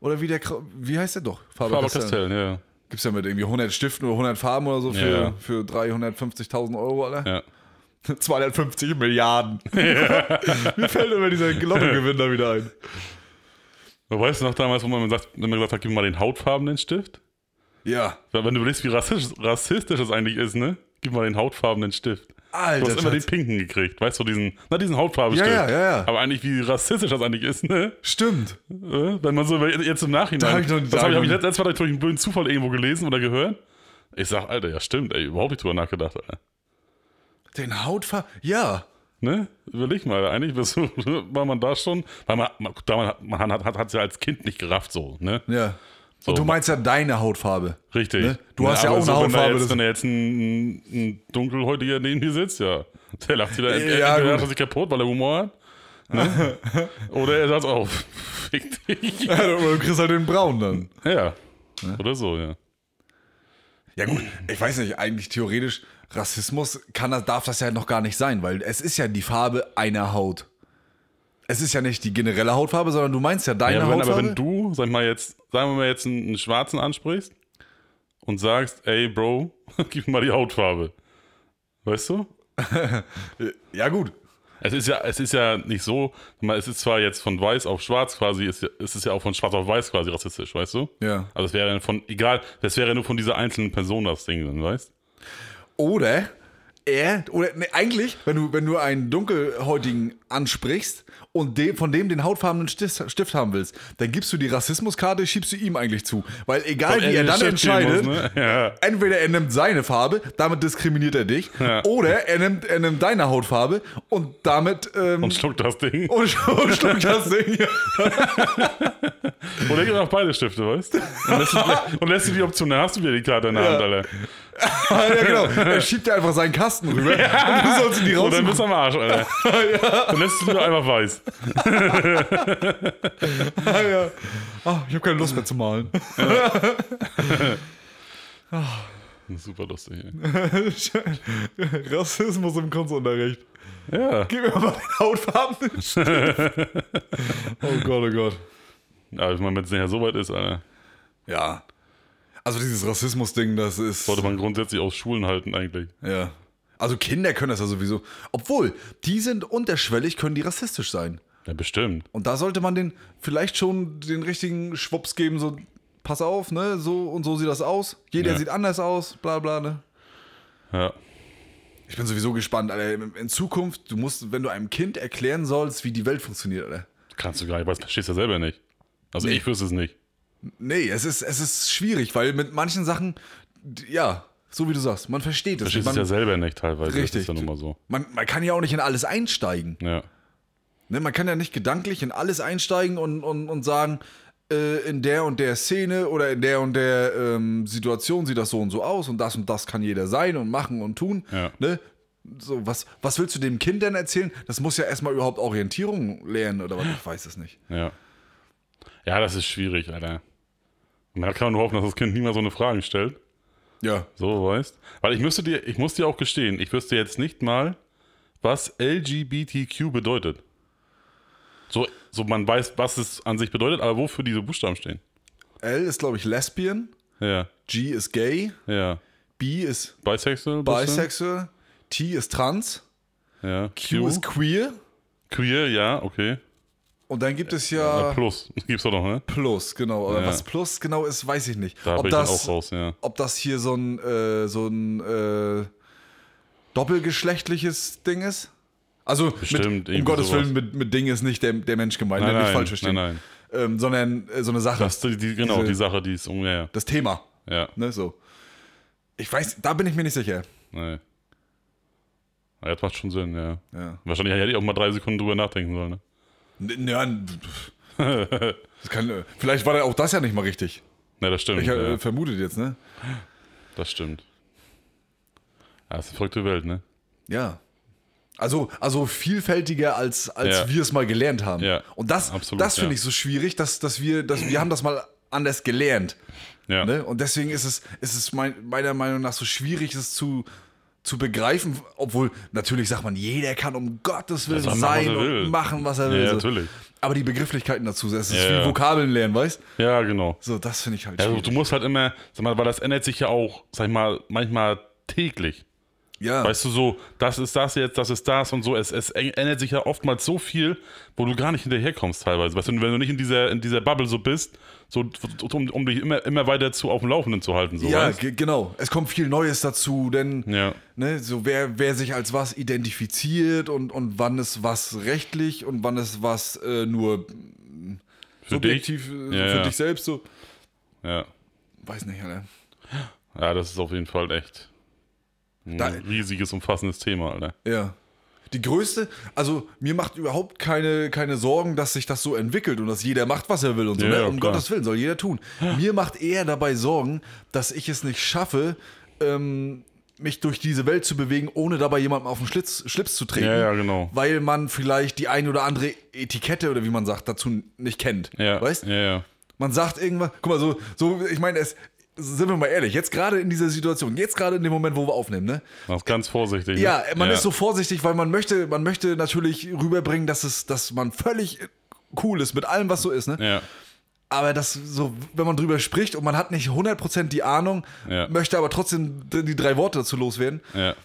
Oder wie der, Kra- wie heißt der doch? Faber Aber Castell. Castell, ja. Gibt's ja mit irgendwie 100 Stiften oder 100 Farben oder so für, Ja. für 350.000 Euro, Alter. ja. 250 Milliarden. Mir fällt immer dieser Glockengewinn da wieder ein. Aber Weißt du noch damals, wo man sagt, wenn man gesagt hat, gib mir mal den hautfarbenen Stift? Ja. Weil Wenn du überlegst, wie rassistisch, rassistisch das eigentlich ist, ne? Gib mal den hautfarbenen Stift. Alter, Du hast immer den Schatz. pinken gekriegt, weißt du, diesen, na, diesen Hautfarbenstift. Ja, ja, ja, ja. Aber eigentlich, wie rassistisch das eigentlich ist, ne? stimmt. Äh, Wenn man so über- jetzt im Nachhinein. Da hab ich noch nicht das habe ich, sagen- hab ich letzt- letztes Mal durch einen blöden Zufall irgendwo gelesen oder gehört. Ich sag, Alter, ja stimmt, ey, überhaupt nicht drüber nachgedacht, Alter. Den Hautfarbe. Ja. Ne? Überleg mal, eigentlich bist du, war man da schon, weil man, man, da man, hat- man hat es hat's ja als Kind nicht gerafft, so, ne? Ja. So, Und du meinst ja deine Hautfarbe. Richtig. Ne? Du hast ja aber auch eine wenn da Hautfarbe, Jetzt, das- wenn er jetzt ein, ein dunkelhäutiger neben dir sitzt, ja, der lacht wieder. Ja, Ja, entweder gut. lacht er sich kaputt, weil er Humor hat. Ne? Oder er sagt auch, fick dich. Oder du kriegst halt den Braun dann. Ja. Ne? Oder so, ja. Ja gut, ich weiß nicht, eigentlich theoretisch, Rassismus kann, das- darf das ja noch gar nicht sein, weil es ist ja die Farbe einer Haut. Es ist ja nicht die generelle Hautfarbe, sondern du meinst ja deine Ja, aber wenn, aber Hautfarbe. wenn du, sag ich mal jetzt, sagen wir mal jetzt einen, einen Schwarzen ansprichst und sagst, ey Bro, gib mir mal die Hautfarbe. Weißt du? ja gut, Es ist ja, es ist ja nicht so, sag mal, es ist zwar jetzt von weiß auf schwarz quasi, ist ja, es ist ja auch von schwarz auf weiß quasi rassistisch, weißt du? ja. Also es wäre dann von, egal, das wäre nur von dieser einzelnen Person das Ding dann, weißt Oder er, oder nee, eigentlich, wenn du, wenn du einen dunkelhäutigen ansprichst und de, von dem den hautfarbenen Stift, Stift haben willst, dann gibst du die Rassismuskarte, schiebst du ihm eigentlich zu. Weil egal wie er dann entscheidet, Äh, ne? ja. entweder er nimmt seine Farbe, damit diskriminiert er dich, Ja. oder er nimmt, er nimmt deine Hautfarbe und damit ähm, Und schluckt das Ding. und, sch- und schluckt das Ding. Oder gibt auch beide Stifte, weißt du? Und lässt, du- und lässt du die Option, dann hast du wieder die Karte in der Hand, Alter. ja, genau. Er schiebt dir einfach seinen Kasten rüber und du sollst ihn die Und dann bist rausnehmen. du am Arsch, Alter. Dann lässt du lieber einfach weiß. Ah, ja. Ah, ich habe keine Lust mehr zu malen. Super lustig, ey. Rassismus im Kunstunterricht. Ja. Gib mir mal den hautfarbenen Stift. oh Gott, oh Gott. Aber ich meine, wenn es nachher so weit ist, Alter, Ja. Also dieses Rassismus-Ding, das ist. sollte man grundsätzlich aus Schulen halten eigentlich. Ja. Also Kinder können das ja sowieso. Obwohl, die sind unterschwellig, können die rassistisch sein. Ja, bestimmt. Und da sollte man den vielleicht schon den richtigen Schwupps geben, so, pass auf, ne? So und so sieht das aus. Jeder Ja. sieht anders aus, bla bla, ne? Ja. Ich bin sowieso gespannt, Alter. In Zukunft, du musst, wenn du einem Kind erklären sollst, wie die Welt funktioniert, Alter. Kannst du gar nicht, weil das verstehst du ja selber nicht. Also Nee. ich wüsste es nicht. Nee, es ist, es ist schwierig, weil mit manchen Sachen, d- ja, so wie du sagst, man versteht es. nicht. Verstehst es Man, ja selber nicht teilweise. Das Richtig. ist ja nun mal so. man, man kann ja auch nicht in alles einsteigen. Ja. Ne? Man kann ja nicht gedanklich in alles einsteigen und, und, und sagen, äh, in der und der Szene oder in der und der ähm, Situation sieht das so und so aus und das und das kann jeder sein und machen und tun. Ja. Ne? So, was, was willst du dem Kind denn erzählen? Das muss ja erstmal überhaupt Orientierung lernen oder was? Ich weiß es nicht. Ja. Ja, das ist schwierig, Alter. Und da kann man nur hoffen, dass das Kind niemals so eine Frage stellt. Ja. So, weißt Weil ich müsste dir, ich muss dir auch gestehen, ich wüsste jetzt nicht mal, was LGBTQ bedeutet. So, so man weiß, was es an sich bedeutet, aber wofür diese Buchstaben stehen. L ist, glaube ich, Lesbian. Ja, G ist gay. ja. B ist Bisexual? bisschen? Bisexual, T ist trans, Ja. Q, ist queer Queer, ja, okay. Und dann gibt es ja Plus. Gibt's doch noch, ne? Plus, genau. Aber Ja. was Plus genau ist, weiß ich nicht. Da bin ob, ich dann das, auch raus, ja. ob das hier so ein, äh, so ein äh, doppelgeschlechtliches Ding ist? Also, Bestimmt, mit, um irgendwie Gottes sowas. Willen, mit, mit Ding ist nicht der, der Mensch gemeint, Nein, der nicht nein, falsch verstehen. nein, Ähm, sondern äh, so eine Sache, Das, die, die, genau, Diese- die Sache, die ist um. Ja, das Thema. ja. ja. Ne, so. Ich weiß, da bin ich mir nicht sicher. Nee. Ja, das macht schon Sinn, ja. Ja. Wahrscheinlich hätte ich auch mal drei Sekunden drüber nachdenken sollen. Ne? N ja, n- pff. das kann, äh, vielleicht war dann auch das ja nicht mal richtig. Ne, das stimmt. Ich äh, ja, vermutet jetzt, ne? das stimmt. Ja, das ist eine verrückte Welt, ne? Ja. Also, also vielfältiger als, als Ja. wir es mal gelernt haben. Ja. Und das, Absolut, das finde ja. ich so schwierig, dass, dass wir, dass wir haben das mal anders gelernt. Ja. Ne? Und deswegen ist es, ist es mein, meiner Meinung nach so schwierig, es zu, zu begreifen, obwohl natürlich sagt man, jeder kann um Gottes Willen soll machen, sein was er und will. machen, was er Ja, will. so. natürlich. Aber die Begrifflichkeiten dazu, es ist Ja. wie Vokabeln lernen, weißt Ja, genau. So, das finde ich halt Also, schwierig. du musst halt immer, sag mal, weil das ändert sich ja auch, sag ich mal, manchmal täglich. ja, Weißt du, so, das ist das jetzt, das ist das und so. Es, es äng- ändert sich ja oftmals so viel, wo du gar nicht hinterherkommst teilweise. Weißt du, wenn du nicht in dieser, in dieser Bubble so bist, so, um, um dich immer, immer weiter zu auf dem Laufenden zu halten. So, ja weißt? ge- genau. Es kommt viel Neues dazu, denn Ja. ne, so wer, wer sich als was identifiziert und, und wann ist was rechtlich und wann ist was äh, nur Für subjektiv äh, Ja, für ja. dich selbst so. Ja. Weiß nicht, Alter. ja, das ist auf jeden Fall echt ein Da- riesiges, umfassendes Thema, Alter. Ja. Die größte, also mir macht überhaupt keine, keine Sorgen, dass sich das so entwickelt und dass jeder macht, was er will und so. Ja, ne? ja, um klar. Gottes Willen soll jeder tun. Mir macht eher dabei Sorgen, dass ich es nicht schaffe, ähm, mich durch diese Welt zu bewegen, ohne dabei jemandem auf den Schlitz, Schlips zu treten. Ja, ja, genau. Weil man vielleicht die ein oder andere Etikette oder wie man sagt, dazu nicht kennt. Ja, Weißt ja, ja. man sagt irgendwas. Guck mal, so, so ich meine, es. Sind wir mal ehrlich, jetzt gerade in dieser Situation, jetzt gerade in dem Moment, wo wir aufnehmen, ne? Mach's ganz vorsichtig. Ja, ne? man ist so vorsichtig, weil man möchte, man möchte natürlich rüberbringen, dass es, dass man völlig cool ist mit allem, was so ist, ne? Ja, Aber das so, wenn man drüber spricht und man hat nicht 100% die Ahnung, Ja. möchte aber trotzdem d- die drei Worte dazu loswerden, ja.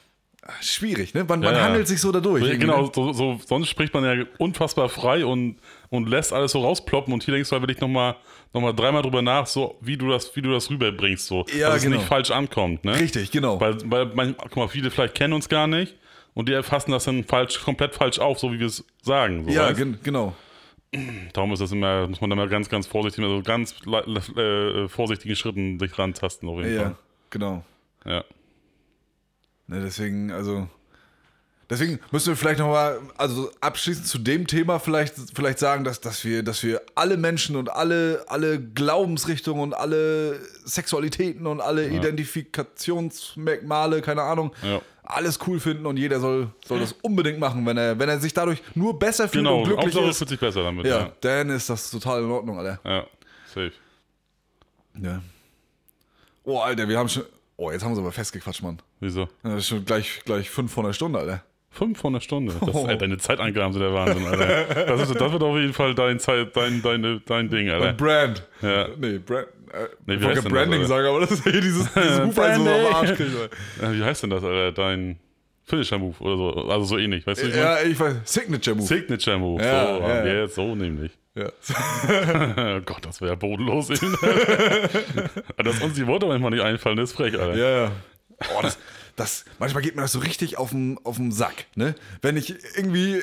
schwierig, ne? Man, man ja. handelt sich so dadurch. ja irgendwie, genau, ne? so, so, sonst spricht man ja unfassbar frei und, und lässt alles so rausploppen und hier denkst du halt wirklich nochmal noch mal dreimal drüber nach, so wie du das, wie du das rüberbringst, so Ja, dass genau. es nicht falsch ankommt. Ne? Richtig, genau. Weil, weil man, guck mal, viele vielleicht kennen uns gar nicht und die erfassen das dann falsch, komplett falsch auf, so wie wir es sagen. So, ja, weißt? gen genau. Darum ist das immer, muss man da mal ganz, ganz vorsichtig, also ganz le- le- äh, vorsichtigen Schritten sich rantasten auf jeden Ja, genau. Fall. Ja. Ne, deswegen, also. Deswegen müssen wir vielleicht nochmal, also abschließend zu dem Thema vielleicht, vielleicht sagen, dass, dass, wir, dass wir alle Menschen und alle, alle Glaubensrichtungen und alle Sexualitäten und alle Identifikationsmerkmale, keine Ahnung, Ja. alles cool finden und jeder soll, soll das unbedingt machen, wenn er, wenn er sich dadurch nur besser fühlt Genau, und glücklich Hauptsache es ist. fühlt sich besser damit. Ja, dann ist das total in Ordnung, Alter. ja. ja. Safe. Ja. Oh, Alter, wir haben schon. Oh, jetzt haben sie aber festgequatscht, Mann. Wieso? Das ist schon gleich, gleich fünf von der Stunde, Alter. Fünf von der Stunde. Das, Oh. ey, deine Zeitangaben sind der Wahnsinn, Alter. Das, ist, das wird auf jeden Fall dein, Zeit, dein, deine, dein Ding, Alter. Brand. Ja. Nee, Brand. Äh, Nee, wie ich wollte heißt denn Branding das, sagen, aber das ist hier dieses, dieses Ruf also so Branding. am Arsch kriegt, Alter. Äh, Wie heißt denn das, Alter? Dein Finisher-Move oder so. Also so ähnlich, weißt du? wie ich meine? Ja, ich weiß. Signature Move. Signature-Move. Ja, so, ja, haben wir ja. jetzt so nämlich. ja. oh Gott, das wäre ja bodenlos. eben. Dass uns die Worte manchmal nicht einfallen, ist frech, Alter. ja, ja. Oh, das, das, manchmal geht mir das so richtig auf den Sack, ne? Wenn ich irgendwie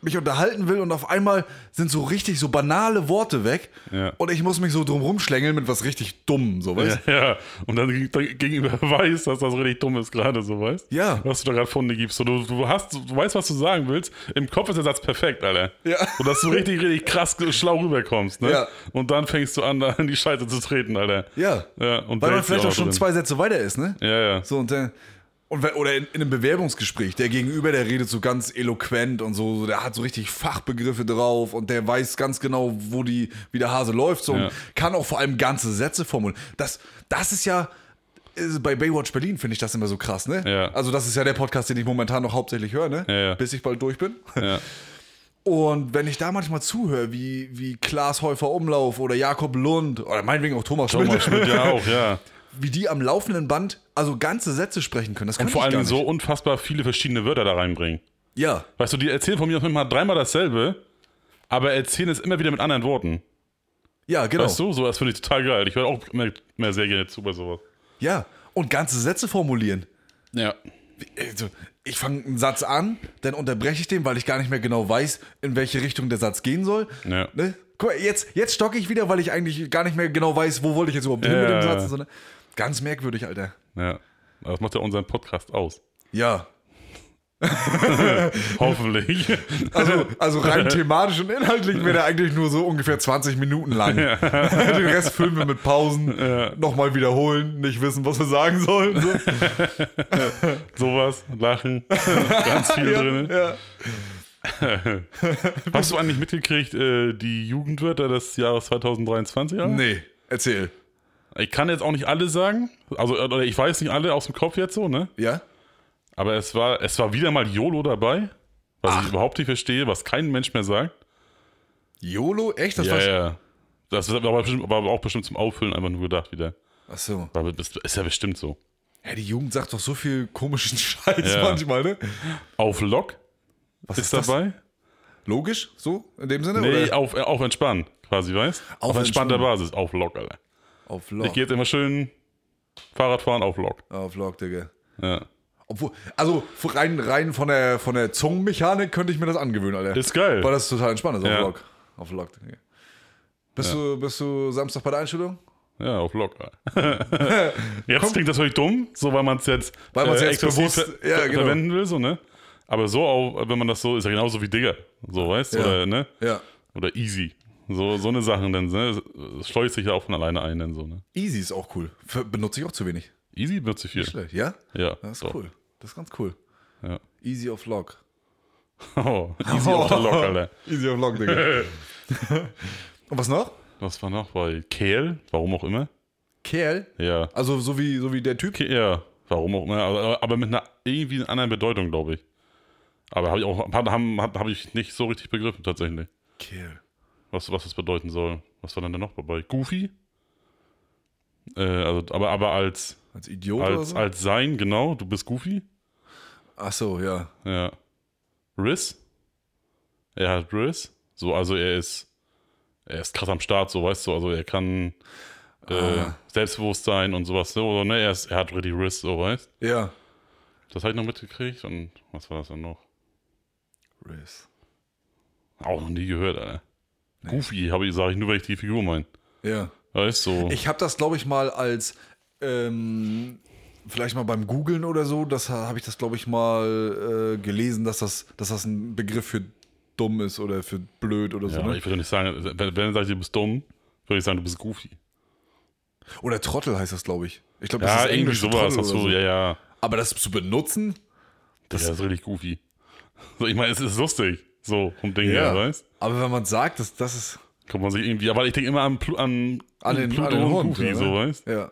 mich unterhalten will und auf einmal sind so richtig so banale Worte weg Ja. und ich muss mich so drum rumschlängeln mit was richtig dumm, so weißt Ja, ja, und dann geg- dann gegenüber weiß, dass das richtig dumm ist gerade, so weißt Ja. Was du da gerade von dir gibst. So, du, du, hast, du weißt, was du sagen willst. Im Kopf ist der Satz perfekt, Alter. Ja. Und dass du richtig, richtig krass ge- schlau rüberkommst, ne? Ja. Und dann fängst du an, da in die Scheiße zu treten, Alter. Ja. ja und Weil man bläst dir vielleicht auch was schon drin. zwei Sätze weiter ist, ne? Ja, ja. So und dann. Und wenn, oder in, in einem Bewerbungsgespräch, der Gegenüber, der redet so ganz eloquent und so, so, der hat so richtig Fachbegriffe drauf und der weiß ganz genau, wo die, wie der Hase läuft so, Ja. und kann auch vor allem ganze Sätze formulieren. Das, das ist ja, äh, bei Baywatch Berlin finde ich das immer so krass, ne? Ja. Also das ist ja der Podcast, den ich momentan noch hauptsächlich höre, ne? Ja, ja. Bis ich bald durch bin. Ja. Und wenn ich da manchmal zuhöre, wie, wie Klaas Häufer Umlauf oder Jakob Lund oder meinetwegen auch Thomas Schmidt, Thomas Schmidt ja auch, ja. wie die am laufenden Band also ganze Sätze sprechen können. Das kann Und vor ich allen gar Dingen nicht. so unfassbar viele verschiedene Wörter da reinbringen. Ja, Weißt du, die erzählen von mir aus manchmal dreimal dasselbe, aber erzählen es immer wieder mit anderen Worten. Oh. Ja, genau. Weißt du, sowas finde ich total geil. Ich höre auch mehr, mehr sehr gerne zu bei sowas. Ja, und ganze Sätze formulieren. Ja. Also, ich fange einen Satz an, dann unterbreche ich den, weil ich gar nicht mehr genau weiß, in welche Richtung der Satz gehen soll. Ja. Ne? Guck mal, jetzt, jetzt stocke ich wieder, weil ich eigentlich gar nicht mehr genau weiß, wo wollte ich jetzt überhaupt hin mit Ja. dem Satz. Sondern ganz merkwürdig, Alter. ja. Aber Das macht ja unseren Podcast aus. Ja. Hoffentlich. Also, also rein thematisch und inhaltlich wäre der eigentlich nur so ungefähr 20 Minuten lang. Den Rest füllen wir mit Pausen, nochmal wiederholen, nicht wissen, was wir sagen sollen. So. sowas, Lachen, ganz viel drin. ne? Ja. Hast du eigentlich mitgekriegt, äh, die Jugendwörter des Jahres 2023? Alter? Nee, erzähl. Ich kann jetzt auch nicht alle sagen. Also, äh, oder ich weiß nicht alle aus dem Kopf jetzt so, ne? Ja? Aber es war, es war wieder mal YOLO dabei. Was ich überhaupt nicht verstehe, was kein Mensch mehr sagt. YOLO? Echt? Das Ja, war. ja. Das war aber, bestimmt, war aber auch bestimmt zum Auffüllen einfach nur gedacht wieder. Achso. Aber das ist ja bestimmt so. Hey, die Jugend sagt doch so viel komischen Scheiß Ja. manchmal, ne? Auf Lock Was ist, dabei. Logisch? So? In dem Sinne? Nee, oder? auf, äh, auf entspannen, quasi, weißt Auf, Auf entspannter entspannen. Basis, auf Lock, Alter. Auf Ich Lock. gehe jetzt immer schön Fahrradfahren auf Lock. Auf Lock, Digga. Ja. Obwohl, also rein, rein von der, von der Zungenmechanik könnte ich mir das angewöhnen, Alter. Ist geil. Weil das total entspannt ist auf Ja. Lock. Auf Lock, Digga. Bist, du, bist du Samstag bei der Einstellung? Ja, auf Lock. jetzt klingt das völlig dumm, so weil man es jetzt, Weil man's jetzt exklusiv bewusst- ver ja, ver- genau. verwenden will, so, ne? Aber so auch, wenn man das so, ist ja genauso wie Digger, so, weißt du, Ja. oder, ne? Ja. Oder easy. So, so eine Sachen dann, ne? Es schleust sich ja auch von alleine ein, dann so, ne? Easy ist auch cool. Ver- benutze ich auch zu wenig. Easy wird zu viel. Schlecht, ja? Ja. Das ist so. cool. Das ist ganz cool. Ja. Easy auf Lock. Oh, easy auf der Lock, Alter. Easy auf Lock, Digga. Und was noch? Was war noch bei Kehl? Warum auch immer? Kerl? Ja. Also so wie, so wie der Typ? Ke ja, warum auch immer. Aber, aber mit einer irgendwie einer anderen Bedeutung, glaube ich. Aber habe ich auch hab, haben- hab, hab ich nicht so richtig begriffen, tatsächlich. Kerl. Was, was das bedeuten soll. Was war denn da noch dabei? Goofy? Äh, also, aber, aber als, Als Idiot oder als, so? als sein, genau. Du bist Goofy? Ach so, ja. Ja. Riss? Er hat Riss. So, also er ist. Er ist krass am Start, so weißt du. Also er kann äh, Ah. Selbstbewusstsein und sowas. So, ne? er, ist, er hat really Riss, so weißt Ja. Das habe ich noch mitgekriegt und was war das denn noch? Riss. Auch noch nie gehört, Alter. Goofy, habe ich, sage ich nur, weil ich die Figur meine. Ja. Weißt du? So. Ich habe das, glaube ich, mal als, ähm, vielleicht mal beim Googlen oder so, das habe ich das, glaube ich, mal äh, gelesen, dass das, dass das ein Begriff für dumm ist oder für blöd oder so. ja, aber Ne? ich würde nicht sagen, wenn, wenn du sagst, du bist dumm, würde ich sagen, du bist Goofy. Oder Trottel heißt das, glaube ich. Ich glaube, das Ja, ist irgendwie Englisch für sowas. Trottel Hast oder du, so. ja, ja. Aber das zu benutzen? Das ist richtig Goofy. So, ich meine, es ist lustig. So, vom Ding her, weißt Aber wenn man sagt, das, das ist Kommt man sich irgendwie, aber ich denke immer an, Plu an, an den, Pluto an den und Hund. Goofy, ja, ne? so weißt Ja.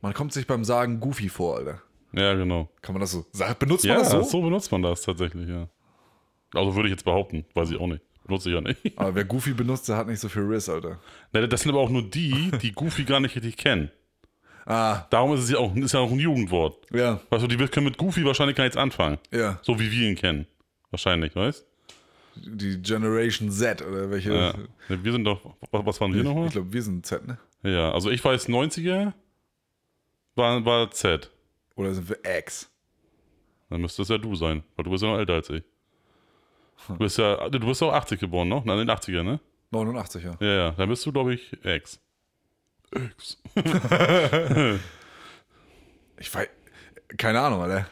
Man kommt sich beim Sagen Goofy vor, Alter. Ja, genau. Kann man das so? Sagt- Benutzt Ja, man das so? so? benutzt man das tatsächlich, ja. Also würde ich jetzt behaupten, weiß ich auch nicht. Benutze ich ja nicht. Aber wer Goofy benutzt, der hat nicht so viel Riss, Alter. Na, Das sind aber auch nur die, die Goofy gar nicht richtig kennen. Ah, Darum ist es ja auch, ist ja auch ein Jugendwort. ja, Weißt du, die können mit Goofy wahrscheinlich gar nichts anfangen. ja. So wie wir ihn kennen. Wahrscheinlich, weißt Die Generation Z oder welche. Ja. Wir sind doch, was, was waren wir nochmal? Ich glaube, wir sind Z, ne? Ja, also ich weiß, 90er war, war Z. Oder sind wir X? Dann müsste es ja du sein, weil du bist ja noch älter als ich. Hm. Du bist ja, du bist auch 80 geboren noch, ne? in den 80er, ne? 89, ja. Ja, ja, dann bist du, glaube ich, Ex. Ex. Ich weiß. Keine Ahnung, Alter.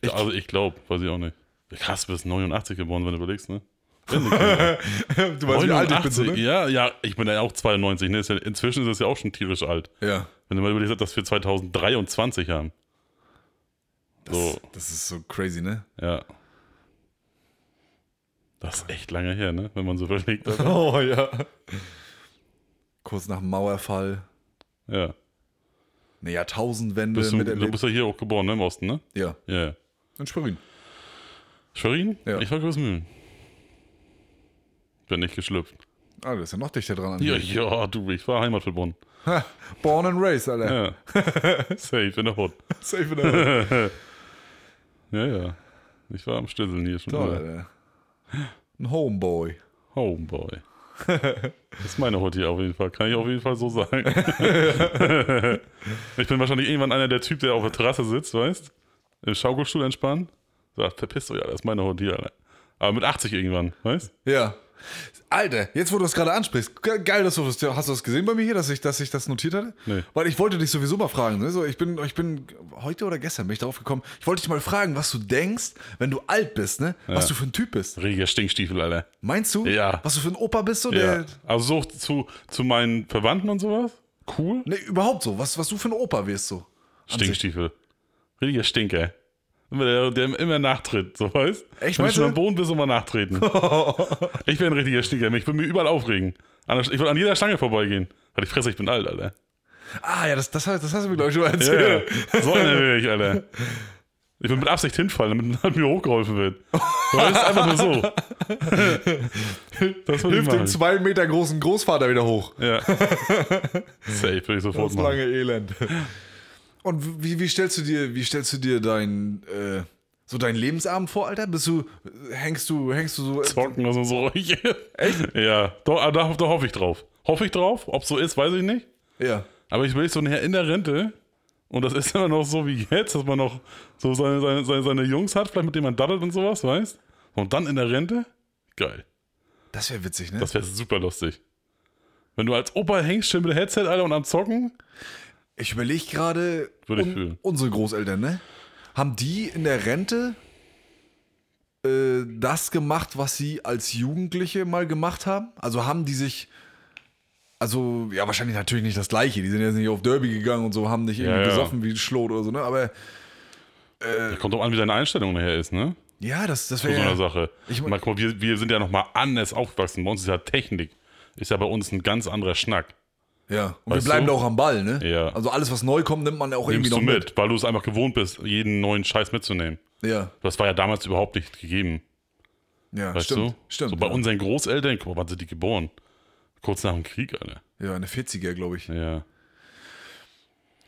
Ich, also ich glaube, weiß ich auch nicht. Krass, du bist 89 geboren, wenn du überlegst, ne? Du weißt, wie alt ich bin, so, ne? Ja, ja, ich bin ja auch 92, ne? Ist ja, inzwischen ist es ja auch schon tierisch alt. Ja. Wenn du mal überlegst, dass wir 2023 haben. Das, So. das ist so crazy, ne? Ja. Das ist echt lange her, ne? Wenn man so überlegt. Oh ja. Kurz nach dem Mauerfall, Ja. eine Jahrtausendwende Bist du, du miterlebt. bist ja hier auch geboren, ne? Im Osten, ne? ja, Ja. Yeah. in Schwerin. Schwerin? Ja. Ich war Großmühlen. Bin nicht geschlüpft. Ah, das ist ja noch dichter dran an Ja, mir. ja, du, ich war heimatverbunden. Ha, Born and raised, Alter. Ja. Safe in der Hut. Safe in der Ja, ja. Ich war am Stisseln hier schon. Toll, Toll, Alter. Ein Homeboy. Homeboy. Oh, Das ist meine Hoodie auf jeden Fall. Kann ich auf jeden Fall so sagen. ich bin wahrscheinlich irgendwann einer der Typ, der auf der Terrasse sitzt, weißt? Im Schaukelstuhl entspannen. Sagt, verpisst euch, Alter, das ist meine Hoodie, Alter. Aber mit 80 irgendwann, weißt? Ja. Alter, jetzt wo du es gerade ansprichst, ge- geil, dass du das, hast du das gesehen bei mir hier, dass ich, dass ich das notiert hatte? Nee. Weil ich wollte dich sowieso mal fragen. Ne? So, ich, bin, ich bin heute oder gestern bin ich darauf gekommen, ich wollte dich mal fragen, was du denkst, wenn du alt bist, ne? Was du für ein Typ bist. Rieger Stinkstiefel, Alter. Meinst du? Ja. Was du für ein Opa bist? So Ja. der, Also so zu, zu meinen Verwandten und sowas? Cool. ne, überhaupt so. Was, was du für ein Opa wirst so. An sich. Stinkstiefel. Richtiger Stinker. Immer der, der immer nachtritt, so weißt Echt, Wenn du meinst schon du? am Boden bist, immer nachtreten. ich bin ein richtiger Stinker. Ich will mir überall aufregen. An der, ich will an jeder Stange vorbeigehen. Halt die Fresse, ich bin alt, Alter. Ah ja, das, das, hast- das hast du mir, glaube ich, schon mal Ja, ja. erzählt. So einer will ich, Alter. Ich will mit Absicht hinfallen, damit halt mir hochgeholfen wird. Weißt du, einfach nur so. Das will ich Hilft dem machen. zwei Meter großen Großvater wieder hoch. Ja. Safe, will ich sofort Das machen. lange Elend. Und wie, wie stellst du dir, wie stellst du dir dein, äh, so deinen Lebensabend vor, Alter? Bist du, hängst du, hängst du so. Zocken oder so. Echt? Ja, doch, aber da, da hoffe ich drauf. Hoffe ich drauf. Ob so ist, weiß ich nicht. Ja. Aber ich will so nachher in der Rente. Und das ist immer noch so wie jetzt, dass man noch so seine, seine, seine, seine Jungs hat, vielleicht mit denen man daddelt und sowas, weißt? Und dann in der Rente? Geil. Das wäre witzig, ne? Das wäre super lustig. Wenn du als Opa hängst, schön mit Headset, Alter, und am Zocken. ich überlege gerade, Würde ich fühlen. unsere Großeltern, ne? Haben die in der Rente äh, das gemacht, was sie als Jugendliche mal gemacht haben? Also haben die sich. Also, ja, wahrscheinlich natürlich nicht das Gleiche. Die sind jetzt nicht auf Derby gegangen und so, haben nicht irgendwie ja. gesoffen wie Schlot oder so, ne? Aber Das kommt auch an, wie deine Einstellung nachher ist, ne? Äh. ja, das, das Bei so einer wäre. Sache. Ich mein- mal, guck mal, wir, wir sind ja nochmal anders aufgewachsen. Bei uns ist ja Technik. Ist ja bei uns ein ganz anderer Schnack. Ja, und wir Weißt bleiben du? da auch am Ball, ne? Ja. Also alles, was neu kommt, nimmt man auch Nimmst irgendwie du noch mit, weil du es einfach gewohnt bist, jeden neuen Scheiß mitzunehmen. Ja, Das war ja damals überhaupt nicht gegeben. ja, Weißt stimmt. du? Stimmt. So bei ja. unseren Großeltern, guck mal, wann sind die geboren? Kurz nach dem Krieg, Alter. Ja, eine 40er, glaube ich. Ja.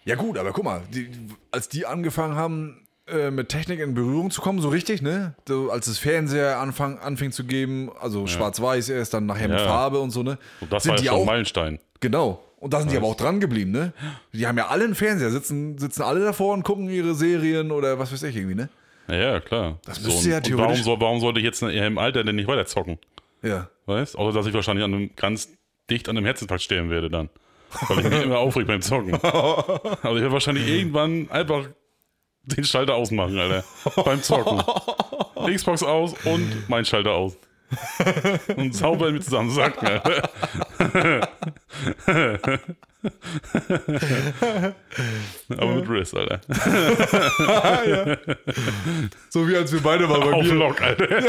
Ja, gut, aber guck mal, die, als die angefangen haben, äh, mit Technik in Berührung zu kommen, so richtig, ne? So, als das Fernseher anfang, anfing zu geben, also schwarz-weiß erst, dann nachher mit Ja. Farbe und so, ne? Und das sind war die ja schon ein auch, Meilenstein. Genau. Und da sind die aber auch dran geblieben, ne? Die haben ja alle einen Fernseher, sitzen, sitzen alle davor und gucken ihre Serien oder was weiß ich irgendwie, ne? Ja, ja, klar. Das müsste ja und- und theoretisch- warum, soll, warum sollte ich jetzt eher im Alter denn nicht weiter zocken? Ja. Weißt Außer, dass ich wahrscheinlich an einem, ganz dicht an einem Herzinfarkt sterben werde dann. Weil ich mich immer aufreg beim Zocken. Also ich werde wahrscheinlich irgendwann einfach den Schalter ausmachen, Alter. Beim Zocken. Xbox aus und mein Schalter aus. Und sauber mit zusammen sacken, Alter. Aber mit Riss, Alter. So wie als wir beide mal Auf Lock, Alter.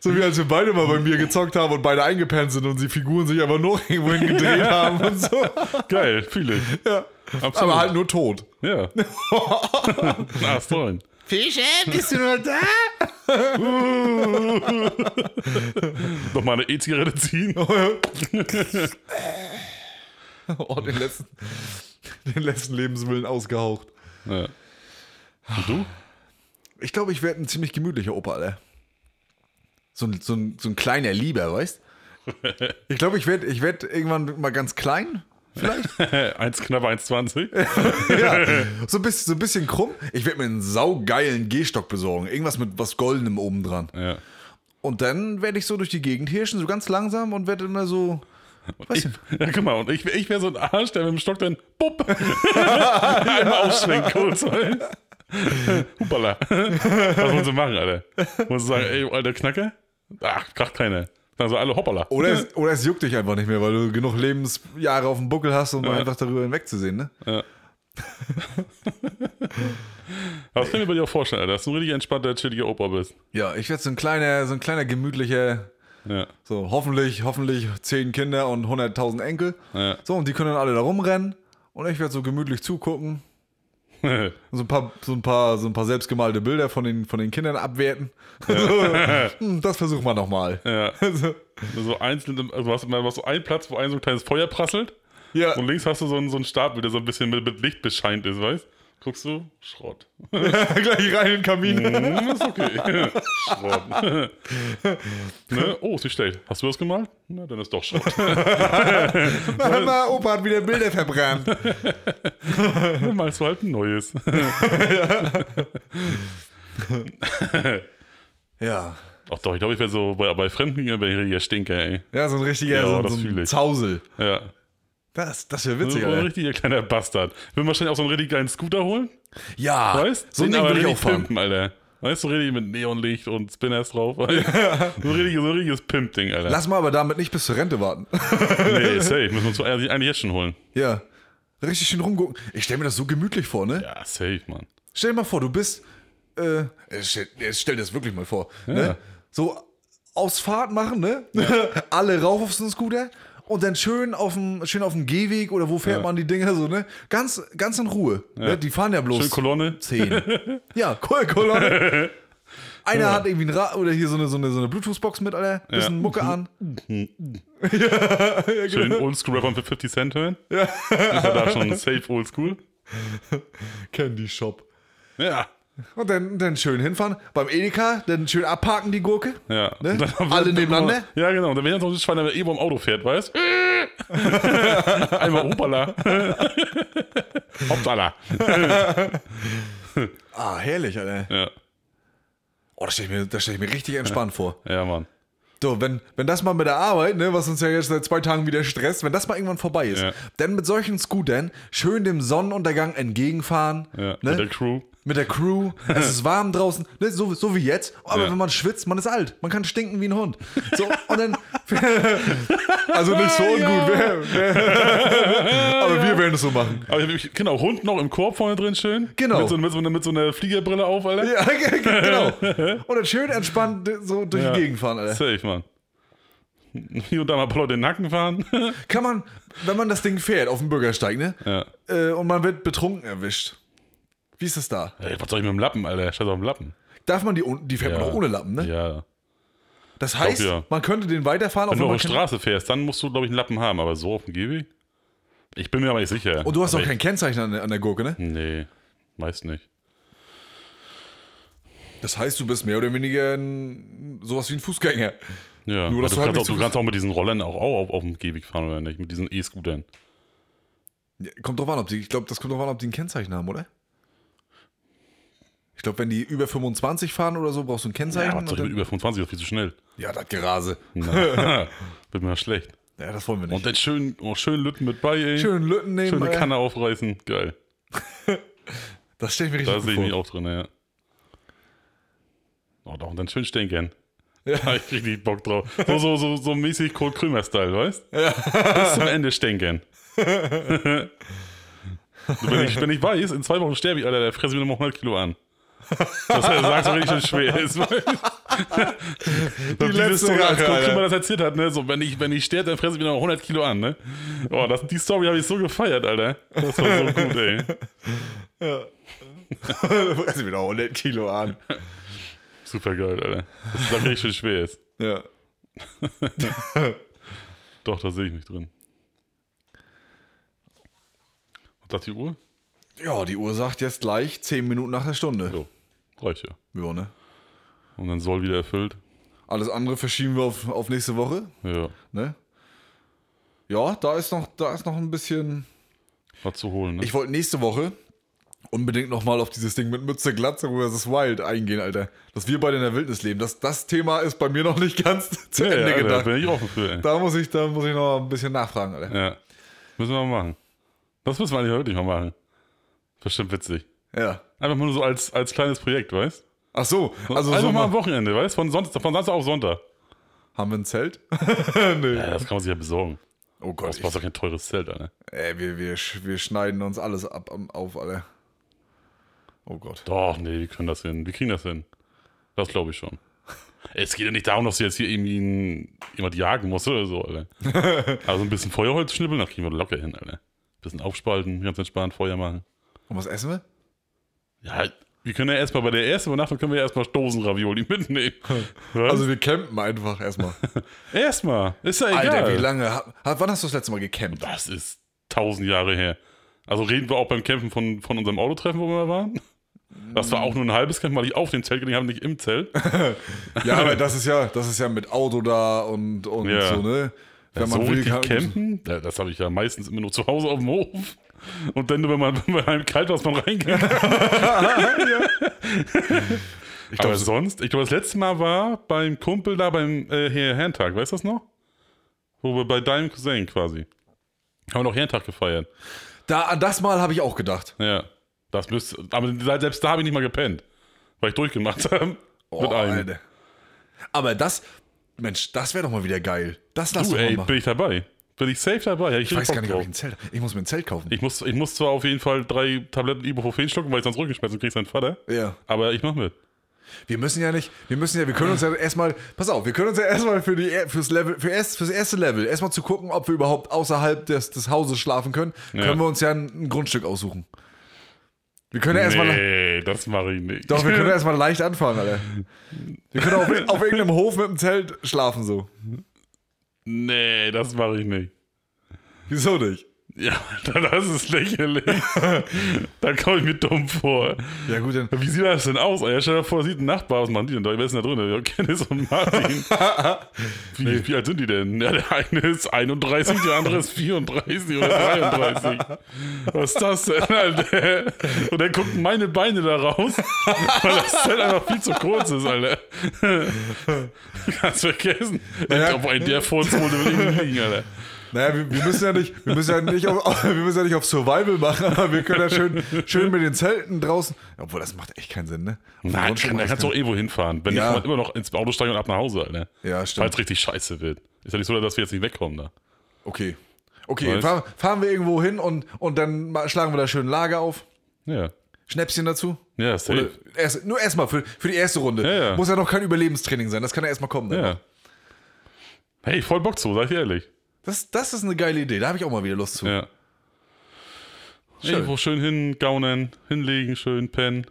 So wie als wir beide mal bei mir gezockt haben und beide eingepennt sind und die Figuren sich aber noch irgendwo hingedreht haben und so. Geil, fühle ich. Ja. Absolut. Aber halt nur tot. Ja. Na, Freund. Fische, bist du nur da? Nochmal eine E-Zigarette ziehen. Oh, den letzten, den letzten Lebenswillen ausgehaucht. Ja. Und du? Ich glaube, ich werde ein ziemlich gemütlicher Opa, Alter. So ein, so ein, so ein kleiner Lieber, weißt? Ich glaube, ich werde ich werd irgendwann mal ganz klein. Eins knapp 1,20. Ja, so ein bisschen, so ein bisschen krumm. Ich werde mir einen saugeilen Gehstock besorgen. Irgendwas mit was Goldenem oben dran. Ja. Und dann werde ich so durch die Gegend hirschen, so ganz langsam und werde immer so. Ich, ja, guck mal, und ich, ich wäre so ein Arsch, der mit dem Stock dann, bupp, einmal ausschwenkt, kurz. weißt? Hupala. Was wollen sie machen, Alter? Wollen sie sagen, ey, alter Knacker? Ach, kracht keiner. Sagen sie alle, hoppala. Oder, es, oder es juckt dich einfach nicht mehr, weil du genug Lebensjahre auf dem Buckel hast, um einfach darüber hinwegzusehen, ne? Aber das kann ich mir bei dir auch vorstellen, Alter, dass du ein richtig entspannter, chilliger Opa bist. Ja, ich werde so ein kleiner, so ein kleiner gemütlicher, Ja. so hoffentlich, hoffentlich zehn Kinder und 100.000 Enkel. Ja. So, und die können dann alle da rumrennen und ich werde so gemütlich zugucken. Und so ein paar, so ein paar, so ein paar selbstgemalte Bilder von den, von den Kindern abwerten. So, hm, das versuchen wir nochmal. ja. So, So einzeln, also du hast, du hast so einen Platz, wo ein so ein kleines Feuer prasselt. ja. Und links hast du so einen, so einen Stapel, der so ein bisschen mit, mit Licht bescheint ist, weißt Guckst du? Schrott. Gleich rein in den Kamin. Hm, ist okay. Schrott. ne? Oh, ist nicht schlecht. Hast du das gemalt? Na, dann ist doch Schrott. Mama, Opa hat wieder Bilder verbrannt. Dann malst du halt ein neues. Ja. Ach doch, ich glaube, ich wäre so bei, bei Fremdgängern wäre ich hier Stinker, ey. Ja, so ein richtiger Ja, so, das so fühl ein ich. Zausel. Ja. Das, das wäre So witzig, ein Alter. richtiger kleiner Bastard. Würden wahrscheinlich auch so einen richtig geilen Scooter holen. Ja, Weißt so ein Den Ding aber würde ich auch richtig fahren. pimpen, Alter. Weißt du, so richtig mit Neonlicht und Spinners drauf. Weißt? du? so, ein richtiges, so ein richtiges Pimp-Ding, Alter. Lass mal aber damit nicht bis zur Rente warten. Nee, safe. Müssen wir uns also eigentlich eigentlich jetzt schon holen. ja. Richtig schön rumgucken. Ich stelle mir das so gemütlich vor, ne? Ja, safe, Mann. Stell dir mal vor, du bist. Äh, stell, jetzt stell dir das wirklich mal vor. Ne? So aus Fahrt machen, ne? Alle rauf auf so einen Scooter und dann schön auf dem, schön auf dem Gehweg oder wo fährt man die Dinger so, ne? Ganz, ganz in Ruhe. Ne? Die fahren ja bloß. Schöne Kolonne. Zehn. ja, cool, Kolonne. Einer hat irgendwie ein Rad oder hier so eine, so eine, so eine Bluetooth-Box mit, Alter. Bisschen Mucke an. Schön Oldschool-Rapper für 50 Cent hören. Ja. Ist ja da schon safe Oldschool. Candy Shop. Ja. Und dann, dann schön hinfahren. Beim Edeka, dann schön abparken die Gurke. Ja. Ne? Und dann- Alle nebeneinander. Äh. Ja, genau. Und dann wäre jetzt noch ein Schwein, der eben am Auto fährt, weißt Einmal Opala. Hauptala. Ah, herrlich, Alter. Ja. Oh, das stelle ich, mir- das stell ich mir richtig entspannt vor. ja, Mann. So, wenn, wenn das mal mit der Arbeit, ne, was uns ja jetzt seit zwei Tagen wieder stresst, wenn das mal irgendwann vorbei ist, Ja. dann mit solchen Scootern schön dem Sonnenuntergang entgegenfahren, Ja. ne, Mit der Crew. mit der Crew, es ist warm draußen, ne, so, so wie jetzt, aber Ja. wenn man schwitzt, man ist alt, man kann stinken wie ein Hund. So, und dann, also nicht so ungut, wer- wer- aber wir werden es so machen. Aber ich hab- genau, Hund noch im Korb vorne drin schön. Genau. Mit so, mit so, mit so einer Fliegerbrille auf, Alter. Ja, genau. Und dann schön entspannt so durch die Gegend fahren, Alter. Safe, Mann. Hier und da mal Apollo den Nacken fahren. Kann man, wenn man das Ding fährt auf dem Bürgersteig, ne? ja. äh, und man wird betrunken erwischt. Wie ist das da? Ey, was soll ich mit dem Lappen, Alter? Scheiß auf den Lappen. Darf man die unten, die fährt Ja. man auch ohne Lappen, ne? Ja. Das heißt, ja. man könnte den weiterfahren, auch Wenn du auf man der kein- Straße fährst, dann musst du, glaube ich, einen Lappen haben. Aber so auf dem Gehweg? Ich bin mir aber nicht sicher. Und du hast aber auch kein Kennzeichen an, der- an der Gurke, ne? Ich, nee, meist nicht. Das heißt, du bist mehr oder weniger ein, sowas wie ein Fußgänger. Ja. Nur, Nur, dass du, du halt kannst nicht auch, zu du kannst auch mit diesen Rollern auch, auch auf, auf dem Gehweg fahren, oder nicht? Mit diesen E-Scootern. Ja, Kommt drauf an, ob die, ich glaube, das kommt drauf an, ob die ein Kennzeichen haben, oder? Ich glaube, wenn die über 25 fahren oder so, brauchst du ein Kennzeichen. Ja, Ja, was soll ich mit über 25? Das ist viel zu schnell. ja das Gerase. Na, Wird mir schlecht. Ja, das wollen wir Und nicht. dann schön, oh, schön Lütten mit bei, ey. Schön Lütten nehmen. Schöne Alter. Kanne aufreißen. Geil. Das stelle ich mir richtig Da sehe ich gut mich vor. auch drin, ja. Oh, doch, und dann schön stinkern. Ja. Ich krieg richtig Bock drauf. So, so, so, so mäßig Kurt Krömer-Style, weißt du? Bis zum Ende stinkern. wenn, ich, wenn ich weiß, in zwei Wochen sterbe ich, Alter, der fresse ich mir noch mal 100 Kilo an. Das sagst du richtig schön schwer ist. weißt du? Die letzte Story, als Rache, Kurt Alter. Krömer das erzählt hat, ne? So, wenn ich, wenn ich sterbe, dann fresse ich mir noch 100 Kilo an, ne? Oh, das, die Story habe ich so gefeiert, Alter. Das war so gut, ey. Da fressen wir doch 100 Kilo an. Super geil, Alter. Das ist doch richtig schön schwer ist. Ja. Doch, da sehe ich mich drin. Und das die Uhr? Ja, die Uhr sagt jetzt gleich 10 Minuten nach der Stunde. Jo, reicht ja. Ja, ne? Und dann soll wieder erfüllt. Alles andere verschieben wir auf, auf nächste Woche, Ja, ne? Ja, da ist noch, da ist noch ein bisschen. was zu holen, ne? Ich wollte nächste Woche unbedingt nochmal auf dieses Ding mit Mütze Glatze vs. Wild eingehen, Alter. Dass wir beide in der Wildnis leben. Das, das Thema ist bei mir noch nicht ganz zu ja, Ende ja, Alter, gedacht. bin ich offen für, ey. Da muss ich, da muss ich noch ein bisschen nachfragen, Alter. Ja. Müssen wir mal machen. Das müssen wir eigentlich wirklich mal machen. Bestimmt witzig. Ja. Einfach mal nur so als, als kleines Projekt, weißt Ach so, also Einfach so mal am mal, Wochenende, weißt Von Sonntag, von Samstag auf Sonntag. haben wir ein Zelt? Ja, das kann man sich ja besorgen. Oh Gott, Das ich, brauchst doch kein teures Zelt, Alter. ey, wir, wir, sch- wir schneiden uns alles ab, am- auf, Alter. Oh Gott. Doch, nee, wir können das hin. Wir kriegen das hin. Das glaube ich schon. Es geht ja nicht darum, dass du jetzt hier irgendwie einen- jemand jagen musst oder so, Alter. Also ein bisschen Feuerholz schnippeln, das kriegen wir locker hin, Alter. bisschen aufspalten, ganz entspannt Feuer machen. Und was essen wir? Ja, wir können ja erstmal bei der ersten Übernachtung können wir ja erstmal Dosenravioli mitnehmen. Was? Also wir campen einfach erstmal. erstmal. Ist ja egal. Alter, wie lange? ha- ha- Wann hast du das letzte Mal gecampt? Das ist tausend Jahre her. Also reden wir auch beim Campen von, von unserem Autotreffen, wo wir mal waren. Das war auch nur ein halbes Camp, weil ich auf dem Zelt gelegen habe, nicht im Zelt. Ja, aber das ist ja, das ist ja mit Auto da und, und Ja. so, ne? Wenn so richtig kann- campen, ja, das habe ich ja meistens immer nur zu Hause auf dem Hof. Und dann, nur, wenn man wenn einem kalt war, ist man reingegangen. Ich Aber glaube, sonst, ich glaube, das letzte Mal war beim Kumpel da beim äh, hier Herrentag, weißt du das noch? Wo wir bei deinem Cousin quasi. Haben wir noch Herrentag gefeiert. da, an das Mal habe ich auch gedacht. Ja. Das müsste, aber selbst da habe ich nicht mal gepennt. Weil ich durchgemacht habe. mit einem. Oh, Alter. Aber das, Mensch, das wäre doch mal wieder geil. Das lass Du, doch mal ey, machen. bin ich dabei. Bin ich safe dabei. Ja, ich Ich weiß Bock gar nicht, ob drauf. ich ein Zelt. Ich muss mir ein Zelt kaufen. ich muss, ich muss zwar auf jeden Fall drei Tabletten Ibuprofen schlucken, weil ich sonst rückenschmerzen kriege, sein Vater. ja. Aber ich mache mit. Wir müssen ja nicht, wir müssen ja, wir können uns ja erstmal, pass auf, wir können uns ja erstmal für die, e, fürs Level, für erst, fürs erste Level, erstmal zu gucken, ob wir überhaupt außerhalb des, des Hauses schlafen können, können wir uns ja ein, ein Grundstück aussuchen. Wir können ja erstmal, Nee, das mache ich nicht. doch, wir können ja erstmal leicht anfangen, Alter. Wir können auf, auf irgendeinem Hof mit dem Zelt schlafen, so. nee, das mache ich nicht. Wieso nicht? Ja, das ist lächerlich. da komme ich mir dumm vor. Ja, gut, dann, Wie sieht das denn aus? Ey, stell dir vor, sieht ein Nachbar, was machen die denn da? Wer ist denn da drin? Ja, Dennis und Martin. Wie, wie alt sind die denn? Ja, der eine ist 31, der andere ist 34 oder 33. Was ist das denn, Alter? Und dann gucken meine Beine da raus, weil das Zelt einfach viel zu kurz ist, Alter. Kannst vergessen. Ich glaube, ein der Furz wurde wirklich nicht liegen, Alter. naja, wir, wir müssen ja nicht, wir müssen ja nicht auf, wir müssen ja nicht auf Survival machen, aber wir können ja schön, schön mit den Zelten draußen, obwohl das macht echt keinen Sinn, ne? Auf dem Nein, Grundstück kann, da macht das kannst du auch eh wohin fahren. Wenn ne? Ja. nicht, kann man immer noch ins Auto steigen und ab nach Hause, Alter. Ja, stimmt. Falls richtig scheiße wird. Ist ja nicht so, dass wir jetzt nicht wegkommen da. Okay. Okay, Weiß. fahr, fahren wir irgendwo hin und, und dann ma- schlagen wir da schön Lager auf. Ja. Schnäpschen dazu. Ja, Oder safe. erst, nur erstmal für, für die erste Runde. Ja, ja. Muss ja noch kein Überlebenstraining sein, das kann ja erstmal kommen. ne? Ja. Hey, voll Bock zu, sag ich ehrlich. Das, das ist eine geile Idee, da habe ich auch mal wieder Lust zu. Ja. Schön. Irgendwo schön hingaunen, hinlegen, schön pennen,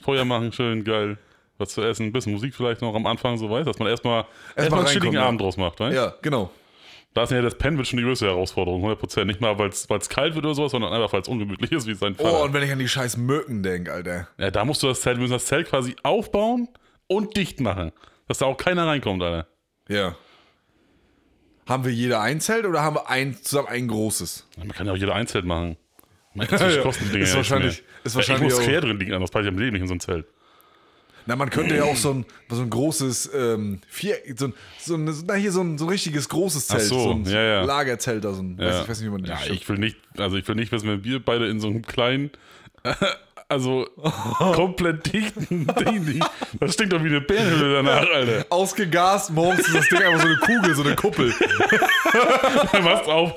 Feuer machen, schön geil. Was zu essen, ein bisschen Musik vielleicht noch am Anfang, so weißt, dass man erstmal erstmal einen reinkommen, chilligen ja. Abend draus macht, weißt? Ja, genau. Da ist ja das Pennen wird schon die größte Herausforderung, 100%. Nicht mal, weil es kalt wird oder sowas, sondern einfach, weil es ungemütlich ist, wie sein Vater. Oh, und wenn ich an die scheiß Mücken denke, Alter. Ja, da musst du das Zelt, wir müssen das Zelt quasi aufbauen und dicht machen. Dass da auch keiner reinkommt, Alter. Ja. Haben wir jeder ein Zelt oder haben wir ein, zusammen ein großes? Man kann ja auch jeder ein Zelt machen. Man kann ja, Ja, kosten die Dinger ist ja nicht wahrscheinlich- mehr. ist Ja, wahrscheinlich Ich muss auch- quer drin liegen, anders passe ich am Leben nicht in so ein Zelt. Na, man könnte ja auch so ein, so ein großes, ähm, vier, so ein, so ein, na, hier so ein, so ein richtiges großes Zelt. so, ein ja, ja. Lagerzelt da, so ein, weiß, ich weiß nicht, wie man ja, das ich will nicht, also ich will nicht, dass wir wir beide in so einem kleinen, also komplett dichten Ding liegen. Das stinkt doch wie eine Bärenhöhle danach, Alter. Ausgegast, morgens ist das Ding einfach so eine Kugel, so eine Kuppel. Dann machst du auf,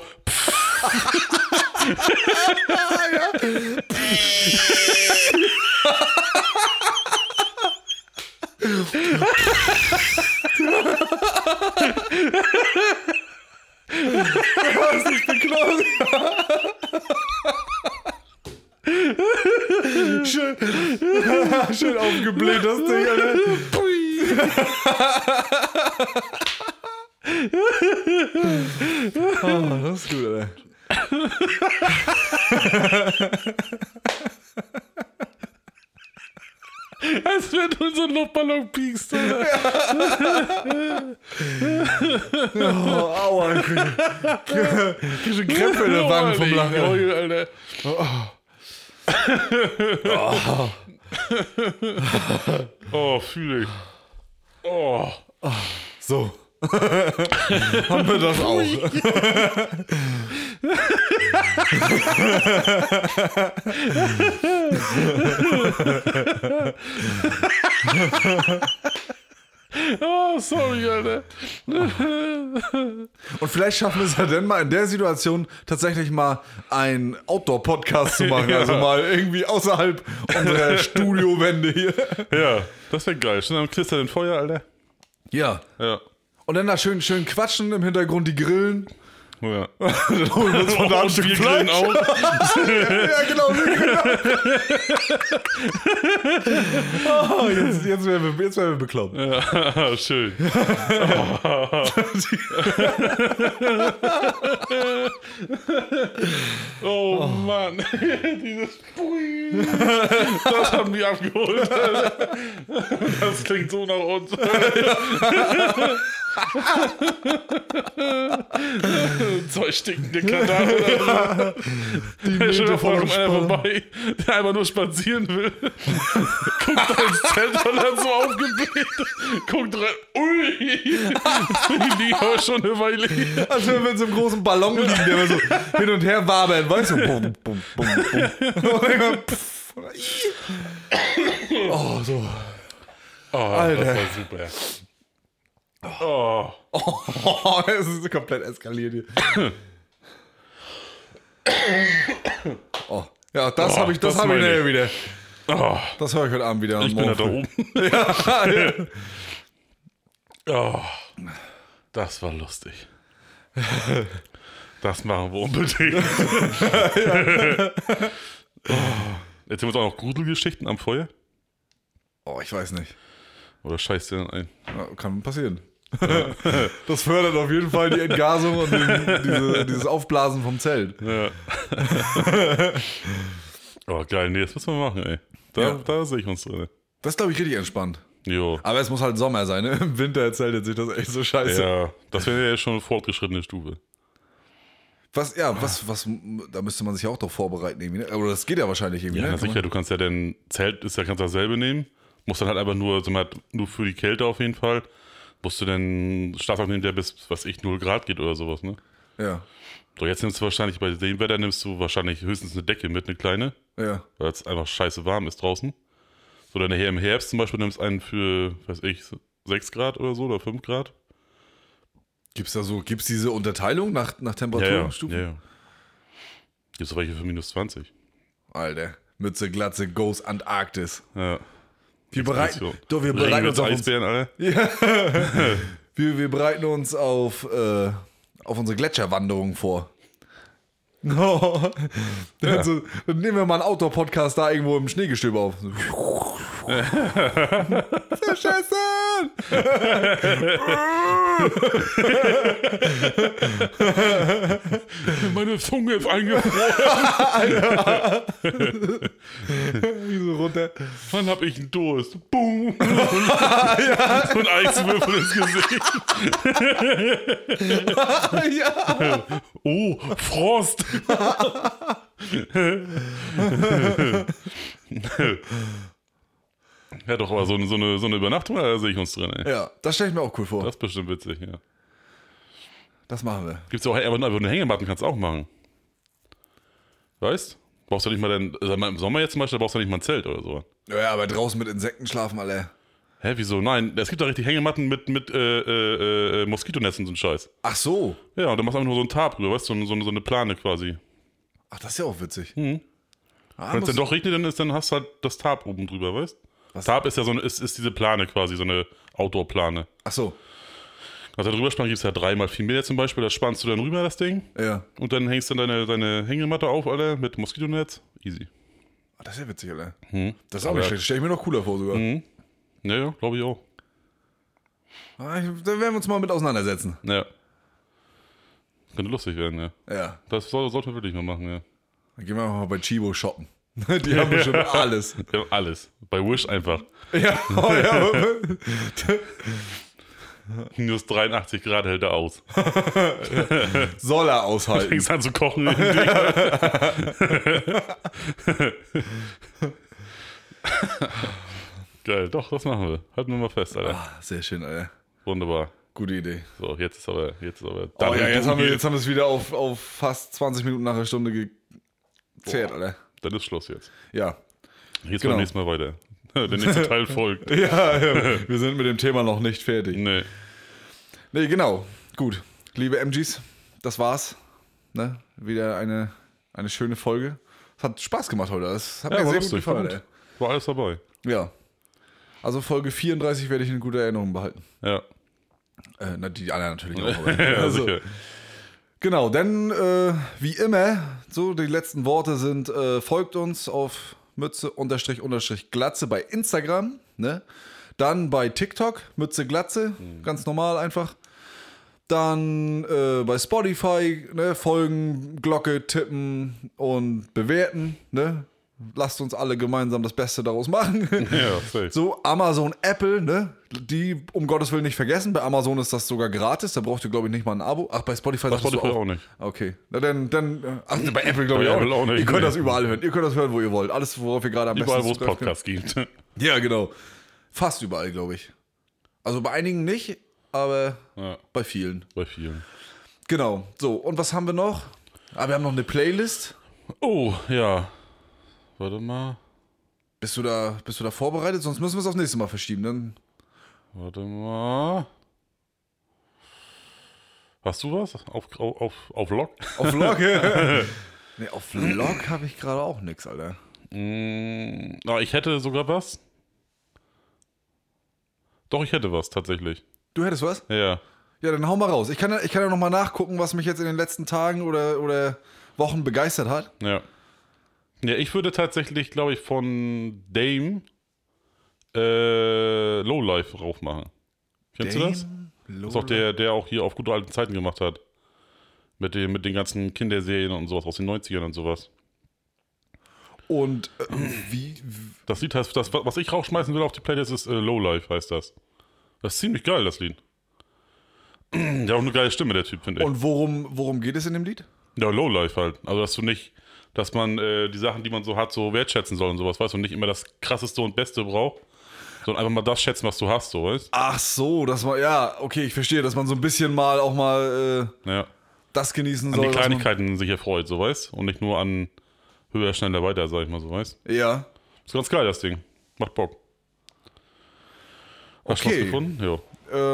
Was ist bekloppt? schön, schön aufgebläht, das Ding, Alter. Oh, das ist gut, Alter. als wenn du in so einen Luftballon piekst, Alter. Oh, aua, ich krieg, ich krieg schon Krämpfe in der Wange vom Lachen. Alter. Jawohl, Alter. Oh, fühle ich. Oh. So. Haben wir das auch. oh, sorry, Alter. Und vielleicht schaffen wir es ja dann mal in der Situation tatsächlich mal einen Outdoor-Podcast zu machen. Ja. Also mal irgendwie außerhalb unserer Studiowände hier. Ja, das wäre geil. Schon am Knister den Feuer, Alter. Ja. Ja. Und dann da schön, schön quatschen im Hintergrund, die Grillen. Ja. Dann holen wir uns von da ein Und Stück wir grillen Fleisch. auch. Ja, genau. wir grillen auch. oh, jetzt, jetzt, werden wir, jetzt werden wir bekloppt. Ja, schön. Oh, Mann. Dieses Pui. Das haben die abgeholt. Das klingt so nach uns. Zwei stinkende Kandare. Die Stell dir vor, Meter voll kommt einer vorbei, der einfach nur spazieren will. guckt da ins Zelt und hat so aufgebläht. Guckt rein. Ui! Die liegen aber schon eine Weile hier. Als wenn wir in so einem großen Ballon liegen, der immer so hin und her wabert, weißt du? Bum, bum, bum, bum. Und immer, pff. Oh, so. Oh, Alter. das war super. Oh. Oh, es ist komplett eskaliert hier. Oh. Ja, das Oh, habe ich, das das habe ich meine ich. nachher wieder. Oh. Das höre ich heute Abend wieder. am Ich bin ja da Morgen oben. früh. ja, ja. Oh. Das war lustig. Das machen wir unbedingt. oh. Erzählen Oh, wir uns auch noch Grudelgeschichten am Feuer? Oh, ich weiß nicht. Oder scheißt ihr dann ein? Ja, Kann passieren. Das fördert auf jeden Fall die Entgasung und den, diese, dieses Aufblasen vom Zelt. Ja. oh, geil. Nee, das müssen wir machen, ey. Da, Ja. da sehe ich uns drin. Das glaube ich richtig entspannt. Jo. Aber es muss halt Sommer sein. Ne? Im Winter zeltet sich das echt so scheiße. Ja, das wäre ja schon eine fortgeschrittene Stufe. Was, ja, was, was, da müsste man sich ja auch doch vorbereiten irgendwie. Ne? Aber das geht ja wahrscheinlich irgendwie. Ja, ne? Kann sicher, du kannst ja dein Zelt, ist ja kannst dasselbe nehmen. Musst dann halt einfach nur, also mal, nur für die Kälte auf jeden Fall, musst du dann Schlafsack nehmen, der bis, was ich, 0 Grad geht oder sowas, ne? man, ja, So, jetzt nimmst du wahrscheinlich, bei dem Wetter nimmst du wahrscheinlich höchstens eine Decke mit, eine kleine, ja. weil es einfach scheiße warm ist draußen. So, dann nachher im Herbst zum Beispiel nimmst du einen für, weiß ich, 6 Grad oder so oder 5 Grad. Gibt's da so, gibt's diese Unterteilung nach, nach Temperatur Ja, ja, und Stufen? ja, ja. Gibt es welche für minus 20? Alter, Mütze, Glatze, Goes, Antarktis. Ja. Wir bereiten, Expedition. doch, wir Regen bereiten wird's uns auf, uns, Eisbären, alle. wir, wir bereiten uns auf, äh, auf unsere Gletscherwanderung vor. No. Dann, so, dann nehmen wir mal einen Outdoor-Podcast da irgendwo im Schneegestöber auf. Verschissen! Meine Zunge ist eingefroren. Wie so runter. Wann hab ich einen Durst? Boom. Und, so ein Eiswürfel ins Gesicht. ja. Oh, Frost. ja, doch, aber so, eine- so, eine, so eine Übernachtung, da sehe ich uns drin, ey. ja, das stelle ich mir auch cool vor. Das ist bestimmt witzig, ja. Das machen wir. Gibt's auch einfach nur einfach eine Hängematten, kannst du auch machen. Weißt? Brauchst du nicht mal dein, sag mal, im Sommer jetzt zum Beispiel, brauchst du nicht mal ein Zelt oder so. Ja, aber draußen mit Insekten schlafen alle. Hä, wieso? Nein, es gibt da richtig Hängematten mit, mit äh, äh, äh, Moskitonetzen und so ein Scheiß. Ach so. Ja, und dann machst du einfach nur so einen Tarp drüber, weißt du, so, eine- so, eine- so eine Plane quasi. Ach, das ist ja auch witzig. Ah, Wenn es muss- dann Hm. doch regnet, dann, ist, dann hast du halt das Tarp oben drüber, weißt Was? Tarp ist ja so eine, ist, ist diese Plane quasi, so eine Outdoor-Plane. Ach so. Also da drüber spannen gibt es ja dreimal vier Meter zum Beispiel, da spannst du dann rüber das Ding Ja. und dann hängst du dann deine, deine Hängematte auf, alle mit Moskitonetz. Easy. Ah, Das ist ja witzig, Alter. Das ist Hm. auch nicht Aber- Hm. schlecht. Stell ich mir noch cooler vor sogar. Naja, glaube ich auch. Ah, ich, da werden wir uns mal mit auseinandersetzen. Ja. Könnte lustig werden, ja. Ja. Das soll, sollten wir wirklich mal machen, ja. Dann gehen wir mal bei Chibo shoppen. Die haben bestimmt alles. Wir haben alles. Bei Wish einfach. Ja, oh, ja. Minus 83 Grad hält er aus. Soll er aushalten. Fängst an zu kochen. Geil, doch, das machen wir. Halten wir mal fest, Alter. Ah, sehr schön, Alter. Wunderbar. Gute Idee. So, jetzt ist aber, jetzt ist aber. Oh, ja, Dann- jetzt haben wir jetzt haben wir es wieder auf, auf fast 20 Minuten nach der Stunde gezerrt, Alter. Dann ist Schluss jetzt. Ja. Jetzt Genau. beim nächsten Mal weiter. Der nächste Teil folgt. Ja, ja. wir sind mit dem Thema noch nicht fertig. Nee. Nee, genau. Gut. Liebe MGs, das war's. Ne? Wieder eine, eine schöne Folge. Es hat Spaß gemacht heute. Das hat mir sehr gut war gefallen. gut. War alles dabei. Ey. Ja. Also Folge 34 werde ich in guter Erinnerung behalten. Ja. Äh, na, die anderen natürlich auch. Aber. Ja, also, sicher. Genau, denn äh, wie immer, so die letzten Worte sind, äh, folgt uns auf Mütze unterstrich unterstrich Glatze bei Instagram, ne? Dann bei TikTok, Mütze Glatze, ganz normal einfach. Dann äh, bei Spotify, ne? Folgen, Glocke tippen und bewerten, ne? Lasst uns alle gemeinsam das Beste daraus machen. Ja, safe. So, Amazon, Apple, ne? Die um Gottes Willen nicht vergessen. Bei Amazon ist das sogar gratis. Da braucht ihr, glaube ich, nicht mal ein Abo. Ach, bei Spotify bei Spotify auch nicht. Okay. Na, dann, dann äh, ach, bei Apple, glaube Bei ich, auch, Apple auch nicht. nicht, Ihr könnt nee. das überall hören. Ihr könnt das hören, wo ihr wollt. Alles, worauf ihr gerade am Überall, wo besten es zugreifen könnt. Podcasts gibt. Ja, genau. Fast überall, glaube ich. Also bei einigen nicht, aber Ja, bei vielen. bei vielen. Genau. So, und was haben wir noch? Ah, wir haben noch eine Playlist. Oh, ja. Warte mal. Bist du da, bist du da vorbereitet? Sonst müssen wir es aufs nächste Mal verschieben. Dann Warte mal. Hast du was? Auf, auf, auf, auf Lock? auf Lock. nee, auf Lock habe ich gerade auch nichts, Alter. Mm, ah, ich hätte sogar was. Doch, ich hätte was, tatsächlich. Du hättest was? Ja. Ja, dann hau mal raus. Ich kann, ja- ich kann ja nochmal nachgucken, was mich jetzt in den letzten Tagen oder, oder Wochen begeistert hat. Ja. Ja, ich würde tatsächlich, glaube ich, von Dame äh, Lowlife raufmachen. Kennst du das? Dame Ist auch der, der auch hier auf gute alten Zeiten gemacht hat. Mit, dem, mit den ganzen Kinderserien und sowas aus den 90ern und sowas. Und äh, wie, w- Das Lied heißt, das, was ich rausschmeißen will auf die Playlist, ist äh, Lowlife, heißt das. Das ist ziemlich geil, das Lied. Der hat auch eine geile Stimme, der Typ, finde ich. und worum, worum geht es in dem Lied? Ja, Lowlife halt. Also, dass du nicht, dass man äh, die Sachen, die man so hat, so wertschätzen soll und sowas, weißt du, und nicht immer das Krasseste und Beste braucht, sondern einfach mal das schätzen, was du hast, so, weißt Ach so, dass man, ja, okay, ich verstehe, dass man so ein bisschen mal auch mal äh, du? Ja. das genießen An soll. die was Kleinigkeiten sich erfreut, so, weißt du? Und nicht nur an höher, schneller, weiter, sag ich mal, so, weißt Man, ja. Ist ganz geil, das Ding. Macht Bock. Hast du was Okay. gefunden? Ja.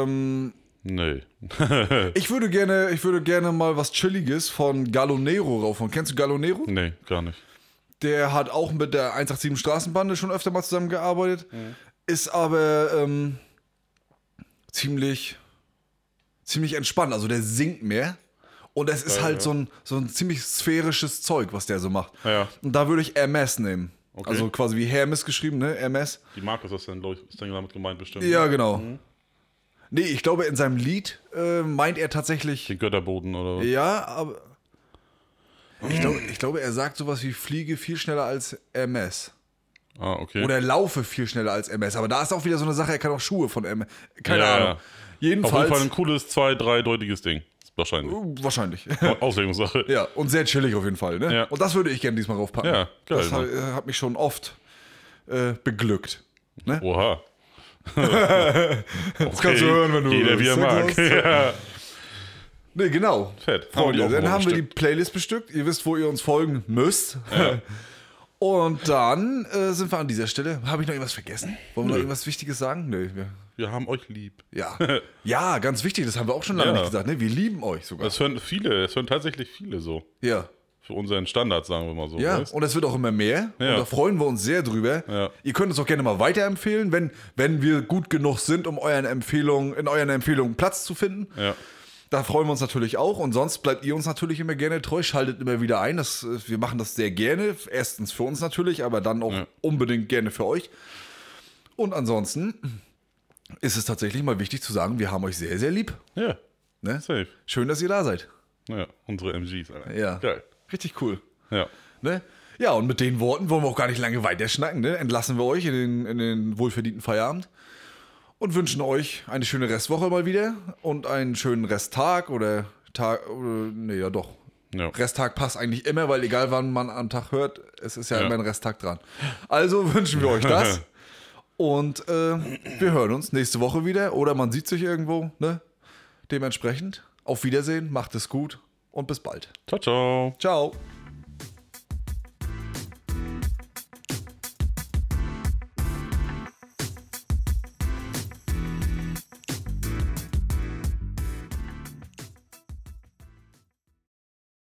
Ähm, Nee. ich würde gerne, ich würde gerne mal was Chilliges von Galonero raufhauen. Kennst du Galonero? nee, gar nicht. Der hat auch mit der 187 Straßenbande schon öfter mal zusammengearbeitet, ist aber ähm, ziemlich, ziemlich entspannt. Also der singt mehr. Und es ist halt so, ein, so ein ziemlich sphärisches Zeug, was der so macht. Ja. Und da würde ich MS nehmen. Also quasi wie Hermes geschrieben, ne? MS. Die Markus ist dann, glaube ich, ist dann damit gemeint bestimmt. Ja, genau. Nee, ich glaube, in seinem Lied äh, meint er tatsächlich. Den Götterboden oder was? Ja, aber. Ich glaube, ich glaube, er sagt sowas wie Fliege viel schneller als MS. Ah, okay. Oder laufe viel schneller als MS. Aber da ist auch wieder so eine Sache, er kann auch Schuhe von MS. Keine Ja, Ahnung. Auf jeden Jedenfalls. Hm, Fall ein cooles, zwei-, dreideutiges Ding. Wahrscheinlich. wahrscheinlich. Auslegungssache. ja, und sehr chillig auf jeden Fall. Ne? Ja. Und das würde ich gerne diesmal raufpacken. Ja, geil, ne? Das hat, hat mich schon oft äh, beglückt. Ne? Oha. Das kannst du hören, wenn du Jeder wie er mag. willst. Ja. Nee, genau. Fett. Haben wir die Freunde, auch dann noch haben wir die bestückt. Playlist bestückt. Ihr wisst, wo ihr uns folgen müsst. Und dann äh, sind wir an dieser Stelle. Habe ich noch irgendwas vergessen? Wollen wir noch irgendwas Wichtiges sagen? Nee, wir, Wir haben euch lieb. ja. ja, ganz wichtig, das haben wir auch schon lange Ja. nicht gesagt. Ne? Wir lieben euch sogar. Das hören viele, das hören tatsächlich viele so. ja, Für unseren Standard, sagen wir mal so. ja. weißt? Und es wird auch immer mehr. Ja. Und da freuen wir uns sehr drüber. Ja. Ihr könnt uns auch gerne mal weiterempfehlen, wenn, wenn wir gut genug sind, um euren Empfehlungen, in euren Empfehlungen Platz zu finden. ja. Da freuen wir uns natürlich auch und sonst bleibt ihr uns natürlich immer gerne treu, schaltet immer wieder ein. Das, äh, wir machen das sehr gerne. Erstens für uns natürlich, aber dann auch Ja. unbedingt gerne für euch. Und ansonsten ist es tatsächlich mal wichtig zu sagen, wir haben euch sehr, sehr lieb. Ja. Ne? Safe. Schön, dass ihr da seid. Ja. Unsere MGs, Alter. Ja. Geil. Richtig cool. Ja. Ne? Ja, und mit den Worten wollen wir auch gar nicht lange weiter schnacken. Ne? Entlassen wir euch in den, in den wohlverdienten Feierabend und wünschen euch eine schöne Restwoche mal wieder und einen schönen Resttag oder Tag. Oder, nee, ja, doch. Ja. Resttag passt eigentlich immer, weil egal wann man am Tag hört, es ist ja, Ja. immer ein Resttag dran. Also wünschen wir euch das. Und äh, wir hören uns nächste Woche wieder oder man sieht sich irgendwo. Ne? Dementsprechend auf Wiedersehen, macht es gut und bis bald. Ciao, ciao. Ciao.